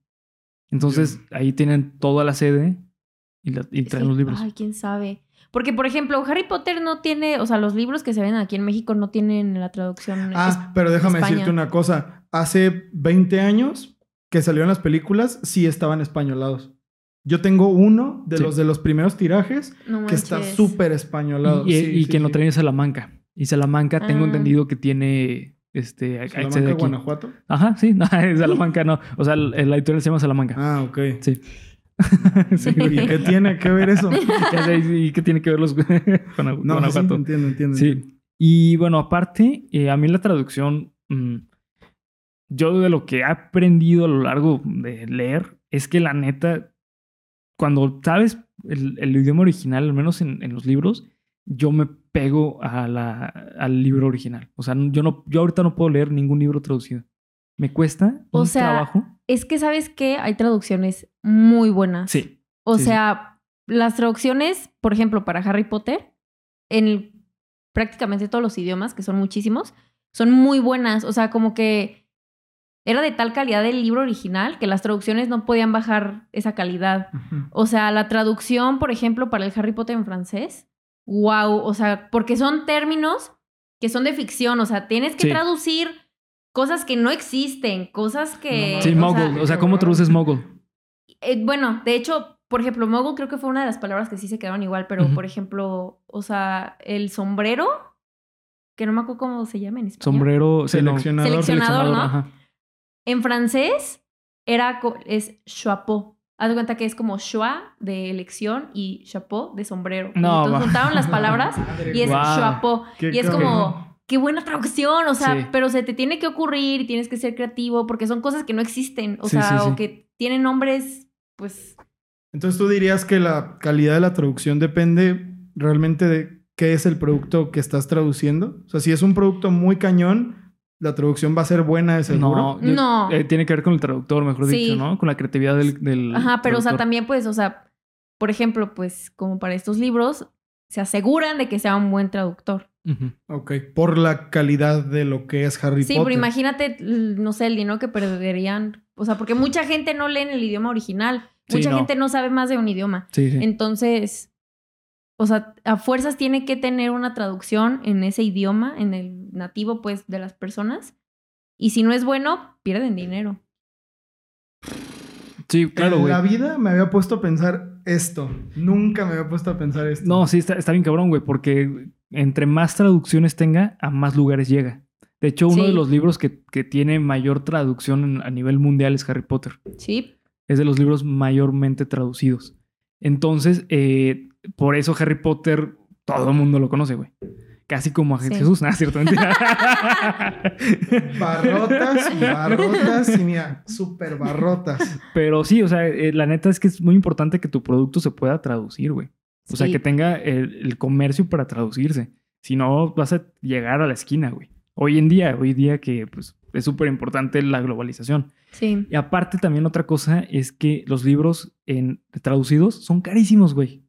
Speaker 1: Entonces, ahí tienen toda la sede y, la- y
Speaker 3: Es
Speaker 1: traen
Speaker 3: que,
Speaker 1: los libros.
Speaker 3: Ay, quién sabe. Porque, por ejemplo, Harry Potter no tiene, o sea, los libros que se ven aquí en México no tienen la traducción.
Speaker 2: Ah, pero déjame
Speaker 3: España.
Speaker 2: decirte una cosa. Hace 20 años que salieron las películas, sí estaban españolados. Yo tengo uno de
Speaker 1: Sí.
Speaker 2: los de los primeros tirajes
Speaker 3: es- no
Speaker 2: que está
Speaker 3: manches.
Speaker 2: súper españolado.
Speaker 1: y y-
Speaker 2: Sí,
Speaker 1: y
Speaker 2: sí,
Speaker 1: quien lo
Speaker 2: sí.
Speaker 1: traen es Salamanca. Y Salamanca, tengo
Speaker 3: Ah.
Speaker 1: entendido que tiene. Este, hay- hay sede
Speaker 2: Salamanca,
Speaker 1: aquí.
Speaker 2: Guanajuato.
Speaker 1: Ajá, sí, no, es Salamanca, no. O sea, el, el editorial se llama Salamanca.
Speaker 2: Ah, ok.
Speaker 1: Sí. Sí, güey.
Speaker 2: ¿Y qué tiene que ver eso?
Speaker 1: Ya sé, ¿Y qué tiene que ver los con
Speaker 2: Ah. No, sí,
Speaker 1: Guanajuato?
Speaker 2: entiendo, entiendo.
Speaker 1: Sí.
Speaker 2: entiendo.
Speaker 1: Y bueno, aparte, eh, a mí la traducción, mm, yo de lo que he aprendido a lo largo de leer, es que la neta, cuando sabes el, el idioma original, al menos en, en los libros, yo me pego a la, al libro original. O sea, yo, no, yo ahorita no puedo leer ningún libro traducido. Me cuesta
Speaker 3: O
Speaker 1: un
Speaker 3: sea,
Speaker 1: trabajo.
Speaker 3: Es que, ¿sabes qué? Hay traducciones muy buenas.
Speaker 1: Sí.
Speaker 3: O
Speaker 1: sí, sí.
Speaker 3: sea, las traducciones, por ejemplo, para Harry Potter, en prácticamente todos los idiomas, que son muchísimos, son muy buenas. O sea, como que era de tal calidad el libro original que las traducciones no podían bajar esa calidad.
Speaker 2: Ujú.
Speaker 3: O sea, la traducción, por ejemplo, para el Harry Potter en francés, wow, o sea, porque son términos que son de ficción, o sea, tienes que
Speaker 1: Sí.
Speaker 3: traducir cosas que no existen, cosas que...
Speaker 2: No,
Speaker 1: Sí,
Speaker 2: O sea,
Speaker 1: mogul. o sea, ¿cómo traduces mogul?
Speaker 3: eh, bueno, de hecho, por ejemplo, mogul creo que fue una de las palabras que sí se quedaron igual, pero
Speaker 1: Ujú.
Speaker 3: por ejemplo, o sea, el sombrero, que no me acuerdo cómo se llama en español.
Speaker 1: Sombrero sí, no,
Speaker 2: Seleccionador.
Speaker 3: Seleccion- Seleccionador, ¿no?
Speaker 1: ajá.
Speaker 3: En francés era co- es chapeau. Haz de cuenta que es como choix de elección y chapeau de sombrero. Y
Speaker 1: No, va.
Speaker 3: Entonces juntaron las palabras y es
Speaker 1: Wow.
Speaker 3: chapeau.
Speaker 2: Qué
Speaker 3: Y es
Speaker 2: cabrón.
Speaker 3: como, qué buena traducción, o sea,
Speaker 1: Sí.
Speaker 3: pero se te tiene que ocurrir y tienes que ser creativo porque son cosas que no existen, o
Speaker 1: Sí,
Speaker 3: sea,
Speaker 1: sí, sí.
Speaker 3: o que tienen nombres, pues,
Speaker 2: Entonces tú dirías que la calidad de la traducción depende realmente de qué es el producto que estás traduciendo. O sea, si es un producto muy cañón, la traducción va a ser buena de seguro.
Speaker 1: No, yo-
Speaker 3: No.
Speaker 1: eh, tiene que ver con el traductor, mejor
Speaker 3: Sí.
Speaker 1: dicho, ¿no? Con la creatividad del. del
Speaker 3: ajá, pero o sea,
Speaker 1: traductor.
Speaker 3: también pues, o sea, por ejemplo, pues como para estos libros, se aseguran de que sea un buen traductor.
Speaker 1: Ujú.
Speaker 2: Ok. Por la calidad de lo que es Harry
Speaker 3: sí,
Speaker 2: Potter.
Speaker 3: pero imagínate, l- no sé, el dinero que perderían, o sea, porque mucha gente no lee en el idioma original,
Speaker 1: Sí,
Speaker 3: mucha
Speaker 1: no.
Speaker 3: gente no sabe más de un idioma.
Speaker 1: Sí, sí.
Speaker 3: Entonces, o sea, a fuerzas tiene que tener una traducción en ese idioma, en el nativo, pues, de las personas. Y si no es bueno, pierden dinero.
Speaker 1: Sí, claro,
Speaker 2: en
Speaker 1: güey.
Speaker 2: la vida me había puesto a pensar esto. Nunca me había puesto a pensar esto.
Speaker 1: No, sí, está, está bien cabrón, güey, porque entre más traducciones tenga, a más lugares llega. De hecho, uno
Speaker 3: Sí.
Speaker 1: de los libros que, que tiene mayor traducción en- a nivel mundial es Harry Potter.
Speaker 3: Sí.
Speaker 1: es de los libros mayormente traducidos. Entonces, eh, por eso Harry Potter, todo el mundo lo conoce, güey. Casi como a
Speaker 3: Sí.
Speaker 1: Jesús, nada, cierto, mentira.
Speaker 2: Barrotas y barrotas y mira, super barrotas.
Speaker 1: Pero sí, o sea, eh, la neta es que es muy importante que tu producto se pueda traducir, güey. O sea,
Speaker 3: Sí.
Speaker 1: que tenga el, el comercio para traducirse. Si no, vas a llegar a la esquina, güey. Hoy en día, hoy día que pues, es súper importante la globalización.
Speaker 3: Sí.
Speaker 1: Y aparte también otra cosa es que los libros en, traducidos son carísimos, güey.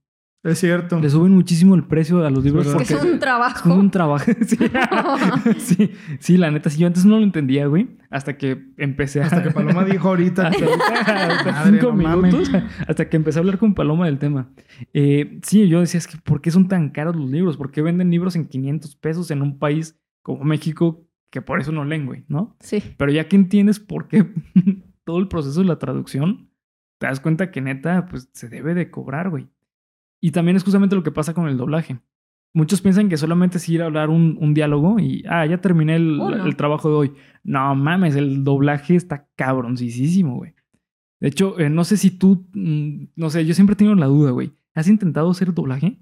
Speaker 2: Es cierto.
Speaker 1: Le suben muchísimo el precio a los libros
Speaker 2: Es
Speaker 3: Que
Speaker 1: porque
Speaker 3: es un trabajo.
Speaker 1: es un trabajo. Sí. sí, sí, la neta, sí, yo antes no lo entendía, güey, hasta que empecé a...
Speaker 2: Hasta que Paloma dijo ahorita.
Speaker 1: hasta ahorita, hasta
Speaker 2: Madre,
Speaker 1: cinco
Speaker 2: no mames.
Speaker 1: minutos, hasta que empecé a hablar con Paloma del tema. Eh, sí, yo decía, es que ¿por qué son tan caros los libros? ¿Por qué venden libros en 500 pesos en un país como México que por eso no leen, güey, no?
Speaker 3: Sí.
Speaker 1: Pero ya que entiendes por qué todo el proceso de la traducción, te das cuenta que neta, pues se debe de cobrar, güey. Y también es justamente lo que pasa con el doblaje. Muchos piensan que solamente es ir a hablar un, un diálogo y, ah, ya terminé el,
Speaker 3: Oh, no.
Speaker 1: el trabajo de hoy. No mames, el doblaje está cabroncísimo, güey. De hecho, eh, no sé si tú, mm, no sé, yo siempre he tenido la duda, güey. ¿Has intentado hacer doblaje?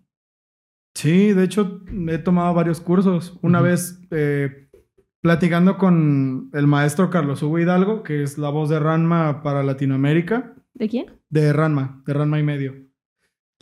Speaker 2: Sí, de hecho, he tomado varios cursos. Una
Speaker 1: Ujú.
Speaker 2: vez eh, platicando con el maestro Carlos Hugo Hidalgo, que es la voz de Ranma para Latinoamérica.
Speaker 3: ¿De quién?
Speaker 2: De Ranma, de Ranma y medio.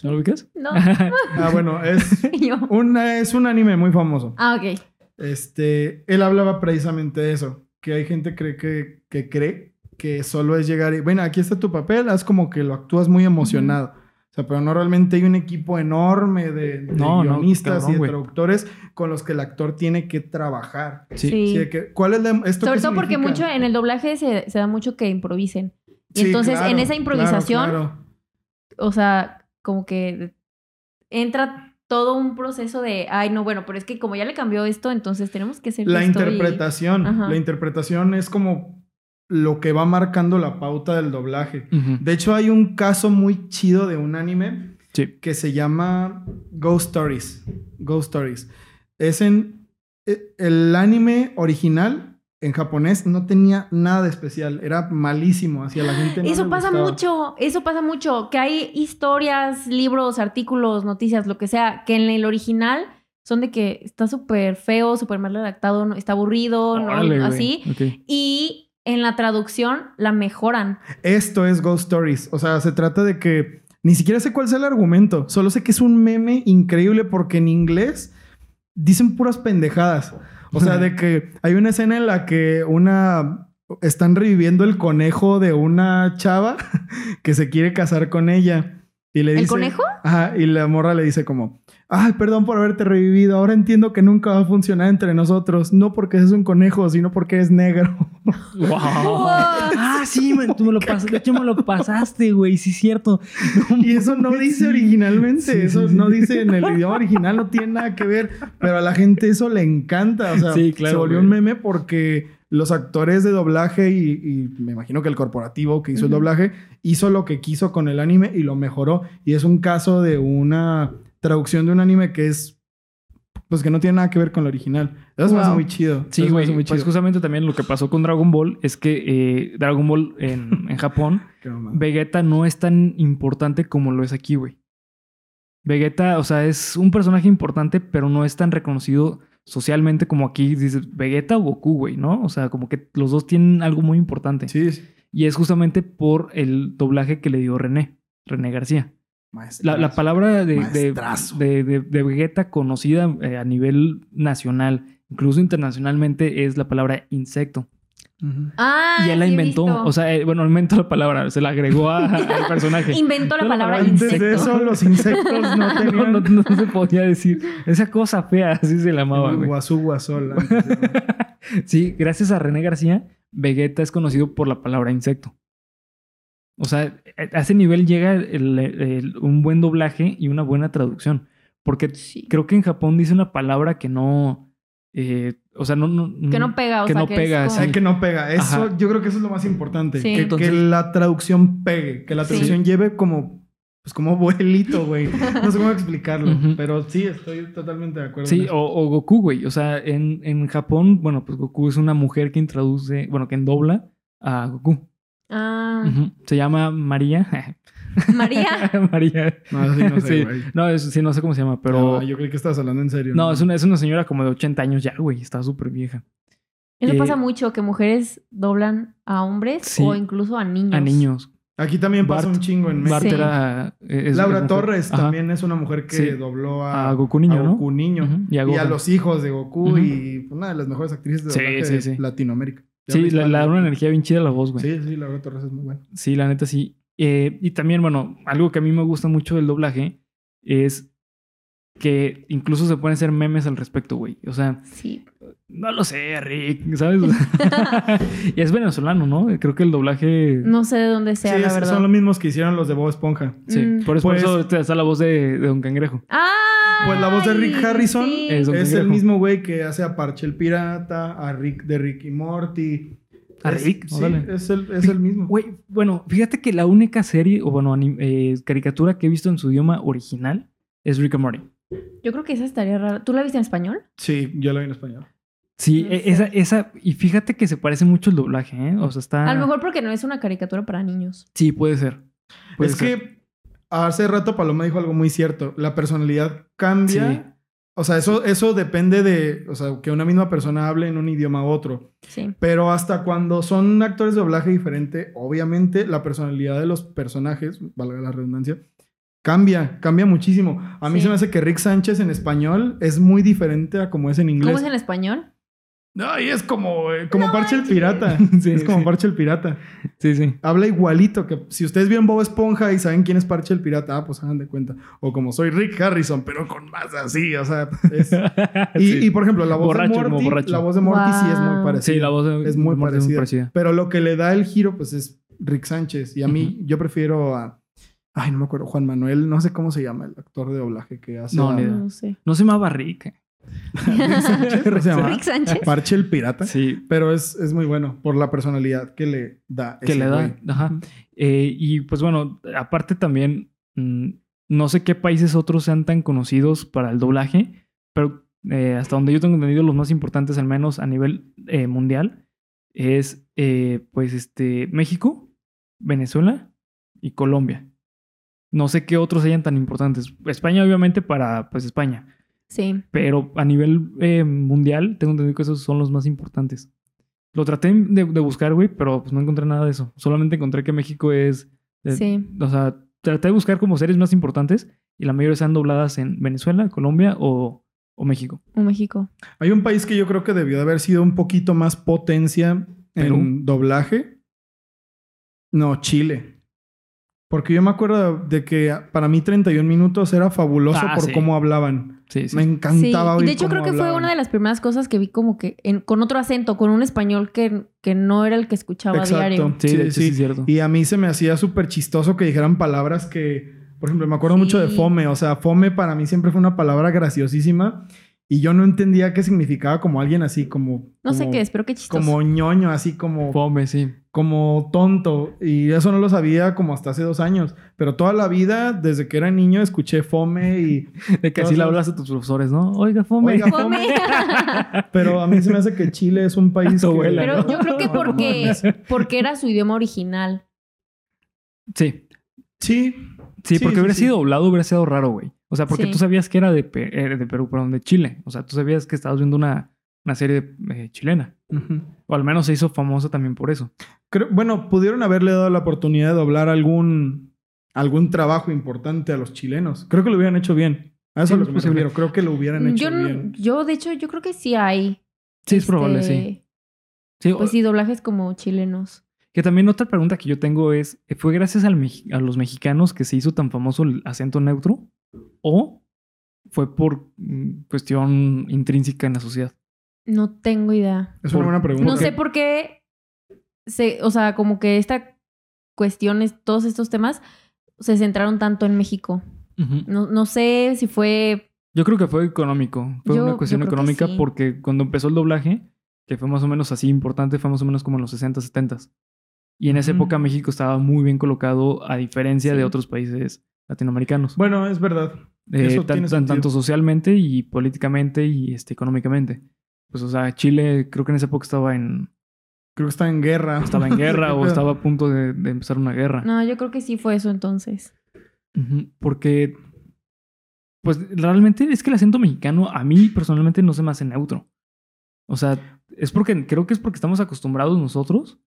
Speaker 1: ¿No lo ubicas?
Speaker 3: No.
Speaker 2: Ah, bueno, es,
Speaker 3: Yo.
Speaker 2: una, es un anime muy famoso.
Speaker 3: Ah, ok.
Speaker 2: Este, él hablaba precisamente de eso, que hay gente cree que, que cree que solo es llegar y, bueno, aquí está tu papel, haz como que lo actúas muy emocionado. O sea, pero no realmente hay un equipo enorme de, de
Speaker 1: No, no,
Speaker 2: guionistas
Speaker 1: cabrón,
Speaker 2: y de
Speaker 1: güey.
Speaker 2: traductores con los que el actor tiene que trabajar.
Speaker 3: Sí.
Speaker 2: Sí, de que, ¿Cuál es la, em-, esto
Speaker 3: Sobre
Speaker 2: qué
Speaker 3: todo porque mucho
Speaker 2: significa?
Speaker 3: en el doblaje se, se da mucho que improvisen. Y
Speaker 2: Sí,
Speaker 3: entonces
Speaker 2: claro,
Speaker 3: en esa
Speaker 2: claro,
Speaker 3: improvisación,
Speaker 2: claro.
Speaker 3: o sea, como que entra todo un proceso de, ay, no, bueno, pero es que como ya le cambió esto, entonces tenemos que hacer
Speaker 2: La
Speaker 3: esto y-
Speaker 2: interpretación,
Speaker 3: Ajá.
Speaker 2: la interpretación es como lo que va marcando la pauta del doblaje.
Speaker 1: Ujú.
Speaker 2: De hecho, hay un caso muy chido de un anime
Speaker 1: Sí.
Speaker 2: eh, que se llama Ghost Stories. Ghost Stories. Es en. e- El anime original en japonés no tenía nada de especial. Era malísimo hacia la gente. no
Speaker 3: Eso
Speaker 2: le
Speaker 3: pasa
Speaker 2: gustaba.
Speaker 3: mucho, eso pasa mucho, que hay historias, libros, artículos, noticias, lo que sea, que en el original son de que está súper feo, súper mal redactado, no- está aburrido, Oh, ¿no?
Speaker 1: Órale, güey.
Speaker 3: así.
Speaker 1: Ok.
Speaker 3: Y en la traducción la mejoran.
Speaker 2: Esto es Ghost Stories. O sea, se trata de que. Ni siquiera sé cuál es el argumento. Solo sé que es un meme increíble porque en inglés dicen puras pendejadas. O sea, de que hay una escena en la que una. Están reviviendo el conejo de una chava que se quiere casar con ella. Y le
Speaker 3: ¿El
Speaker 2: dice,
Speaker 3: conejo?
Speaker 2: Ajá, y la morra le dice como, ay, perdón por haberte revivido, ahora entiendo que nunca va a funcionar entre nosotros, no porque es un conejo, sino porque es negro.
Speaker 1: Wow. Ah, sí, man, tú me lo pasaste. De hecho, me lo pasaste, güey. Sí, es cierto.
Speaker 2: Y eso no dice originalmente,
Speaker 1: Sí,
Speaker 2: eso
Speaker 1: sí,
Speaker 2: no
Speaker 1: sí.
Speaker 2: dice en el idioma original, no tiene nada que ver, pero a la gente eso le encanta, o sea,
Speaker 1: Sí, claro,
Speaker 2: se volvió
Speaker 1: güey.
Speaker 2: un meme porque los actores de doblaje y, y me imagino que el corporativo que hizo el
Speaker 3: Ujú.
Speaker 2: doblaje hizo lo que quiso con el anime y lo mejoró. Y es un caso de una traducción de un anime que es, pues que no tiene nada que ver con el original. Eso es
Speaker 3: Wow.
Speaker 2: muy chido.
Speaker 1: Sí,
Speaker 2: eso se me
Speaker 1: güey.
Speaker 2: hace muy
Speaker 1: Pues
Speaker 2: chido.
Speaker 1: justamente también lo que pasó con Dragon Ball es que eh, Dragon Ball en, en Japón,
Speaker 2: Qué mamada.
Speaker 1: Vegeta no es tan importante como lo es aquí, güey. Vegeta, o sea, es un personaje importante, pero no es tan reconocido socialmente como aquí. Dices Vegeta o Goku, güey, ¿no? O sea, como que los dos tienen algo muy importante.
Speaker 2: Sí, sí.
Speaker 1: Y es justamente por el doblaje que le dio René, René García. La, la palabra de, de,
Speaker 2: Maestrazo.
Speaker 1: de- de- de Vegeta conocida eh, a nivel nacional, incluso internacionalmente, es la palabra insecto.
Speaker 2: Ujú.
Speaker 3: Ah,
Speaker 1: y él la
Speaker 3: sí he
Speaker 1: inventó,
Speaker 3: visto.
Speaker 1: o sea, eh, bueno, no inventó la palabra, se la agregó a- al personaje.
Speaker 3: inventó la
Speaker 1: Yo la
Speaker 3: palabra
Speaker 1: verdad,
Speaker 2: Antes
Speaker 3: insecto.
Speaker 2: de eso, los insectos no
Speaker 1: No,
Speaker 2: tenían...
Speaker 1: no- no se podía decir. Esa cosa fea, así se la llamaba. güey.
Speaker 2: Guasú, guasol. antes de-
Speaker 1: Sí, gracias a René García, Vegeta es conocido por la palabra insecto. O sea, a a ese nivel llega el- el- un buen doblaje y una buena traducción. Porque
Speaker 3: Sí.
Speaker 1: creo que en Japón dice una palabra que no. eh, o sea, no. no
Speaker 3: Que no pega, o
Speaker 1: que
Speaker 3: sea,
Speaker 1: no
Speaker 3: que
Speaker 1: pega,
Speaker 3: es
Speaker 1: sí.
Speaker 2: Ay, que no pega. Eso,
Speaker 1: Ajá.
Speaker 2: yo creo que eso es lo más importante.
Speaker 3: Sí.
Speaker 2: Que,
Speaker 1: Entonces-
Speaker 2: que la traducción pegue, que la
Speaker 3: Sí.
Speaker 2: traducción lleve como, pues como vuelito, güey. No sé cómo explicarlo,
Speaker 1: Ujú.
Speaker 2: pero sí, estoy totalmente de acuerdo. en
Speaker 1: Sí,
Speaker 2: eso.
Speaker 1: o, o Goku, güey. O sea, en, en Japón, bueno, pues Goku es una mujer que introduce, bueno, que endobla a Goku.
Speaker 3: Ah,
Speaker 1: Ujú. Se llama María.
Speaker 3: María.
Speaker 1: María.
Speaker 2: No, sí, no sé,
Speaker 1: Sí.
Speaker 2: güey.
Speaker 1: No, es- sí, no sé cómo se llama, pero.
Speaker 2: Ah, yo creí que estabas hablando en serio.
Speaker 1: No, es una, es una señora como de 80 años ya, güey. Está súper vieja.
Speaker 3: Eso
Speaker 1: Eh,
Speaker 3: pasa mucho, que mujeres doblan a hombres
Speaker 1: Sí.
Speaker 3: o incluso a niños.
Speaker 1: A niños.
Speaker 2: Aquí también pasa
Speaker 1: Bart-
Speaker 2: un chingo en México.
Speaker 1: Bart
Speaker 3: Sí.
Speaker 1: era. eh, es- es
Speaker 2: Laura
Speaker 1: mujer.
Speaker 2: Torres
Speaker 1: Ajá.
Speaker 2: también es una mujer que
Speaker 1: Sí.
Speaker 2: dobló a,
Speaker 1: A Goku niño,
Speaker 2: a
Speaker 1: ¿no?
Speaker 2: Goku niño.
Speaker 1: Ujú. Y a
Speaker 2: Y a
Speaker 1: Gohan.
Speaker 2: los hijos de Goku
Speaker 1: Ujú.
Speaker 2: y pues, una de las mejores actrices de,
Speaker 1: Sí,
Speaker 2: doblaje
Speaker 1: sí,
Speaker 2: de
Speaker 1: sí.
Speaker 2: Latinoamérica. De
Speaker 1: Sí,
Speaker 2: habla
Speaker 1: le, le da
Speaker 2: hispana.
Speaker 1: una energía bien chida a la voz, güey.
Speaker 2: Sí, sí, Laura Torres es muy buena.
Speaker 1: Sí, la neta sí. Eh, y también, bueno, algo que a mí me gusta mucho del doblaje es que incluso se pueden hacer memes al respecto, güey. O sea,
Speaker 3: Sí.
Speaker 1: no lo sé, Rick, ¿sabes? y es venezolano, ¿no? Creo que el doblaje.
Speaker 3: No sé de dónde sea,
Speaker 2: sí,
Speaker 3: la
Speaker 2: es-
Speaker 3: verdad.
Speaker 2: son los mismos que hicieron los de Bob Esponja.
Speaker 1: Sí,
Speaker 3: Mm.
Speaker 1: por eso, por
Speaker 2: Pues-
Speaker 1: eso te está la voz de, de Don Cangrejo.
Speaker 3: ¡Ay!
Speaker 2: Pues la voz de Rick Harrison
Speaker 3: Sí.
Speaker 1: es Don
Speaker 2: es el
Speaker 1: Cangrejo.
Speaker 2: mismo güey que hace a Parche el Pirata, a Rick de Rick y Morty.
Speaker 1: A
Speaker 2: Es-
Speaker 1: Rick,
Speaker 2: sí,
Speaker 1: órale.
Speaker 2: es el, es el mismo.
Speaker 1: eh, Güey, bueno, fíjate que la única serie, o bueno, anim- eh, caricatura que he visto en su idioma original es Rick and Morty.
Speaker 3: Yo creo que esa estaría rara. ¿Tú la viste en español?
Speaker 2: Sí, yo lo vi en español.
Speaker 1: Sí,
Speaker 3: No
Speaker 1: e-
Speaker 3: sé.
Speaker 1: esa, esa, y fíjate que se parece mucho el doblaje, ¿eh? O sea, está.
Speaker 3: A lo mejor porque no es una caricatura para niños.
Speaker 1: Sí, puede ser. Puede
Speaker 2: es
Speaker 1: ser.
Speaker 2: que hace rato Paloma dijo algo muy cierto. La personalidad cambia.
Speaker 1: Sí.
Speaker 2: O sea, eso, eso depende de o sea, que una misma persona hable en un idioma u otro.
Speaker 3: Sí.
Speaker 2: Pero hasta cuando son actores de doblaje diferente, obviamente la personalidad de los personajes, valga la redundancia, cambia, cambia muchísimo. A mí
Speaker 3: Sí.
Speaker 2: se me hace que Rick Sánchez en español es muy diferente a como es en
Speaker 3: ¿Cómo
Speaker 2: inglés.
Speaker 3: es en español?
Speaker 2: Ay, es como, eh, como Parche el Pirata.
Speaker 1: Sí,
Speaker 2: es como
Speaker 1: sí.
Speaker 2: Parche el Pirata.
Speaker 1: Sí, sí.
Speaker 2: Habla igualito que si ustedes vieron Bob Esponja y saben quién es Parche el Pirata, ah, pues hagan de cuenta. O como soy Rick Harrison, pero con más así, o sea, es- Y,
Speaker 1: sí.
Speaker 2: y, por ejemplo, la voz
Speaker 1: Borracho,
Speaker 2: de
Speaker 1: como
Speaker 2: Morty,
Speaker 1: borracho.
Speaker 2: la voz de Morty sí es muy
Speaker 3: Wow.
Speaker 2: parecida.
Speaker 1: Sí, la voz de-
Speaker 2: es muy
Speaker 1: de Morty
Speaker 2: parecida. Pero lo que le da el giro, pues es Rick Sánchez. Y a mí, yo prefiero a. Ay, no me acuerdo, Juan Manuel, no sé cómo se llama el actor de doblaje que hace.
Speaker 1: No,
Speaker 2: a-
Speaker 1: ni idea.
Speaker 3: No sé.
Speaker 1: No se llamaba Rick. ¿eh?
Speaker 2: ¿Cómo se llama?
Speaker 3: Rick Sánchez.
Speaker 2: Parche el pirata.
Speaker 1: Sí,
Speaker 2: Pero es, es muy bueno por la personalidad que le da.
Speaker 1: que
Speaker 2: ese
Speaker 1: le da.
Speaker 2: güey.
Speaker 1: Ajá. Eh, y pues bueno, aparte también, mm, no sé qué países otros sean tan conocidos para el doblaje, pero eh, hasta donde yo tengo entendido, los más importantes, al menos a nivel eh, mundial, es eh, pues este México, Venezuela y Colombia. No sé qué otros sean tan importantes. España, obviamente, para pues España.
Speaker 3: Sí.
Speaker 1: Pero a nivel eh, mundial, tengo entendido que esos son los más importantes. Lo traté de, de buscar, güey, pero pues no encontré nada de eso. Solamente encontré que México es. eh,
Speaker 3: Sí.
Speaker 1: O sea, traté de buscar como series más importantes y la mayoría están dobladas en Venezuela, Colombia o, o México.
Speaker 3: O México.
Speaker 2: Hay un país que yo creo que debió de haber sido un poquito más potencia
Speaker 1: Perú.
Speaker 2: en doblaje. No, Chile. Porque yo me acuerdo de que para mí 31 minutos era fabuloso
Speaker 1: Ah,
Speaker 2: por
Speaker 1: sí.
Speaker 2: cómo hablaban.
Speaker 1: Sí, sí.
Speaker 2: Me encantaba
Speaker 3: sí.
Speaker 2: oír
Speaker 3: De hecho,
Speaker 2: cómo
Speaker 3: creo que fue
Speaker 2: hablaban.
Speaker 3: una de las primeras cosas que vi como que en- con otro acento, con un español que, que no era el que escuchaba
Speaker 2: Exacto.
Speaker 3: diario.
Speaker 1: Sí,
Speaker 2: Sí,
Speaker 1: de hecho, sí,
Speaker 2: sí.
Speaker 1: es cierto.
Speaker 2: Y a mí se me hacía súper chistoso que dijeran palabras que, por ejemplo, me acuerdo mucho de
Speaker 3: Sí.
Speaker 2: fome. O sea, fome para mí siempre fue una palabra graciosísima y yo no entendía qué significaba como alguien así, como.
Speaker 3: No sé
Speaker 2: como-
Speaker 3: qué es, pero qué chistoso.
Speaker 2: Como ñoño, así como,
Speaker 1: Fome, sí.
Speaker 2: como tonto. Y eso no lo sabía como hasta hace dos años. Pero toda la vida, desde que era niño, escuché fome y.
Speaker 1: De que así le hablas a tus profesores, ¿no? Oiga, fome.
Speaker 2: Oiga,
Speaker 3: Fome.
Speaker 2: Pero a mí se me hace que Chile es un país.
Speaker 1: Tu
Speaker 2: que-
Speaker 1: abuela,
Speaker 3: Pero
Speaker 1: ¿no?
Speaker 3: yo creo que
Speaker 2: No, no
Speaker 3: porque,
Speaker 2: mames.
Speaker 3: porque era su idioma original.
Speaker 1: Sí.
Speaker 2: Sí,
Speaker 1: Sí,
Speaker 2: Sí,
Speaker 1: porque
Speaker 2: sí,
Speaker 1: hubiera
Speaker 2: sí.
Speaker 1: sido doblado, hubiera sido raro, güey. O sea, porque
Speaker 3: Sí.
Speaker 1: tú sabías que era de, Pe- eh, de Perú, perdón, de Chile. O sea, tú sabías que estabas viendo una, una serie eh, chilena.
Speaker 2: Ujú.
Speaker 1: O al menos se hizo famosa también por eso.
Speaker 2: Creo- bueno, pudieron haberle dado la oportunidad de doblar algún, algún trabajo importante a los chilenos. Creo que lo hubieran hecho bien. A eso
Speaker 1: Sí,
Speaker 2: es lo
Speaker 1: es
Speaker 2: que me
Speaker 1: posible.
Speaker 2: refiero. Creo que lo hubieran hecho
Speaker 3: Yo, no-
Speaker 2: bien.
Speaker 3: yo, de hecho, yo creo que sí hay.
Speaker 1: Sí, es
Speaker 3: este,
Speaker 1: probable, sí. Sí, o-
Speaker 3: Pues sí, doblajes como chilenos.
Speaker 1: Que también otra pregunta que yo tengo es, eh, ¿fue gracias al Mex- a los mexicanos que se hizo tan famoso el acento neutro? ¿O fue por mm, cuestión intrínseca en la sociedad?
Speaker 3: No tengo idea.
Speaker 2: Es una
Speaker 1: Por-
Speaker 2: buena pregunta.
Speaker 3: No sé por qué, se, o sea, como que esta cuestión, es- todos estos temas se centraron tanto en México. No, no sé si fue
Speaker 1: Yo creo que fue económico. Fue
Speaker 3: Yo-
Speaker 1: una
Speaker 3: yo
Speaker 1: cuestión
Speaker 3: creo que
Speaker 1: económica
Speaker 3: sí.
Speaker 1: porque cuando empezó el doblaje, que fue más o menos así importante, fue más o menos como en los 60, 70. Y en esa
Speaker 2: Ujú.
Speaker 1: época México estaba muy bien colocado a diferencia
Speaker 3: Sí.
Speaker 1: de otros países latinoamericanos.
Speaker 2: Bueno, es verdad.
Speaker 1: Eh,
Speaker 2: eso
Speaker 1: tan-
Speaker 2: tiene
Speaker 1: tan-
Speaker 2: sentido.
Speaker 1: tanto socialmente y políticamente y este, económicamente. Pues o sea, Chile creo que en esa época estaba en,
Speaker 2: Creo que está en guerra.
Speaker 1: estaba en guerra o estaba a punto de, de empezar una guerra.
Speaker 3: No, yo creo que sí fue eso entonces.
Speaker 1: Ujú, Porque, pues realmente es que el acento mexicano a mí personalmente no se me hace neutro. O sea, es porque creo que es porque estamos acostumbrados nosotros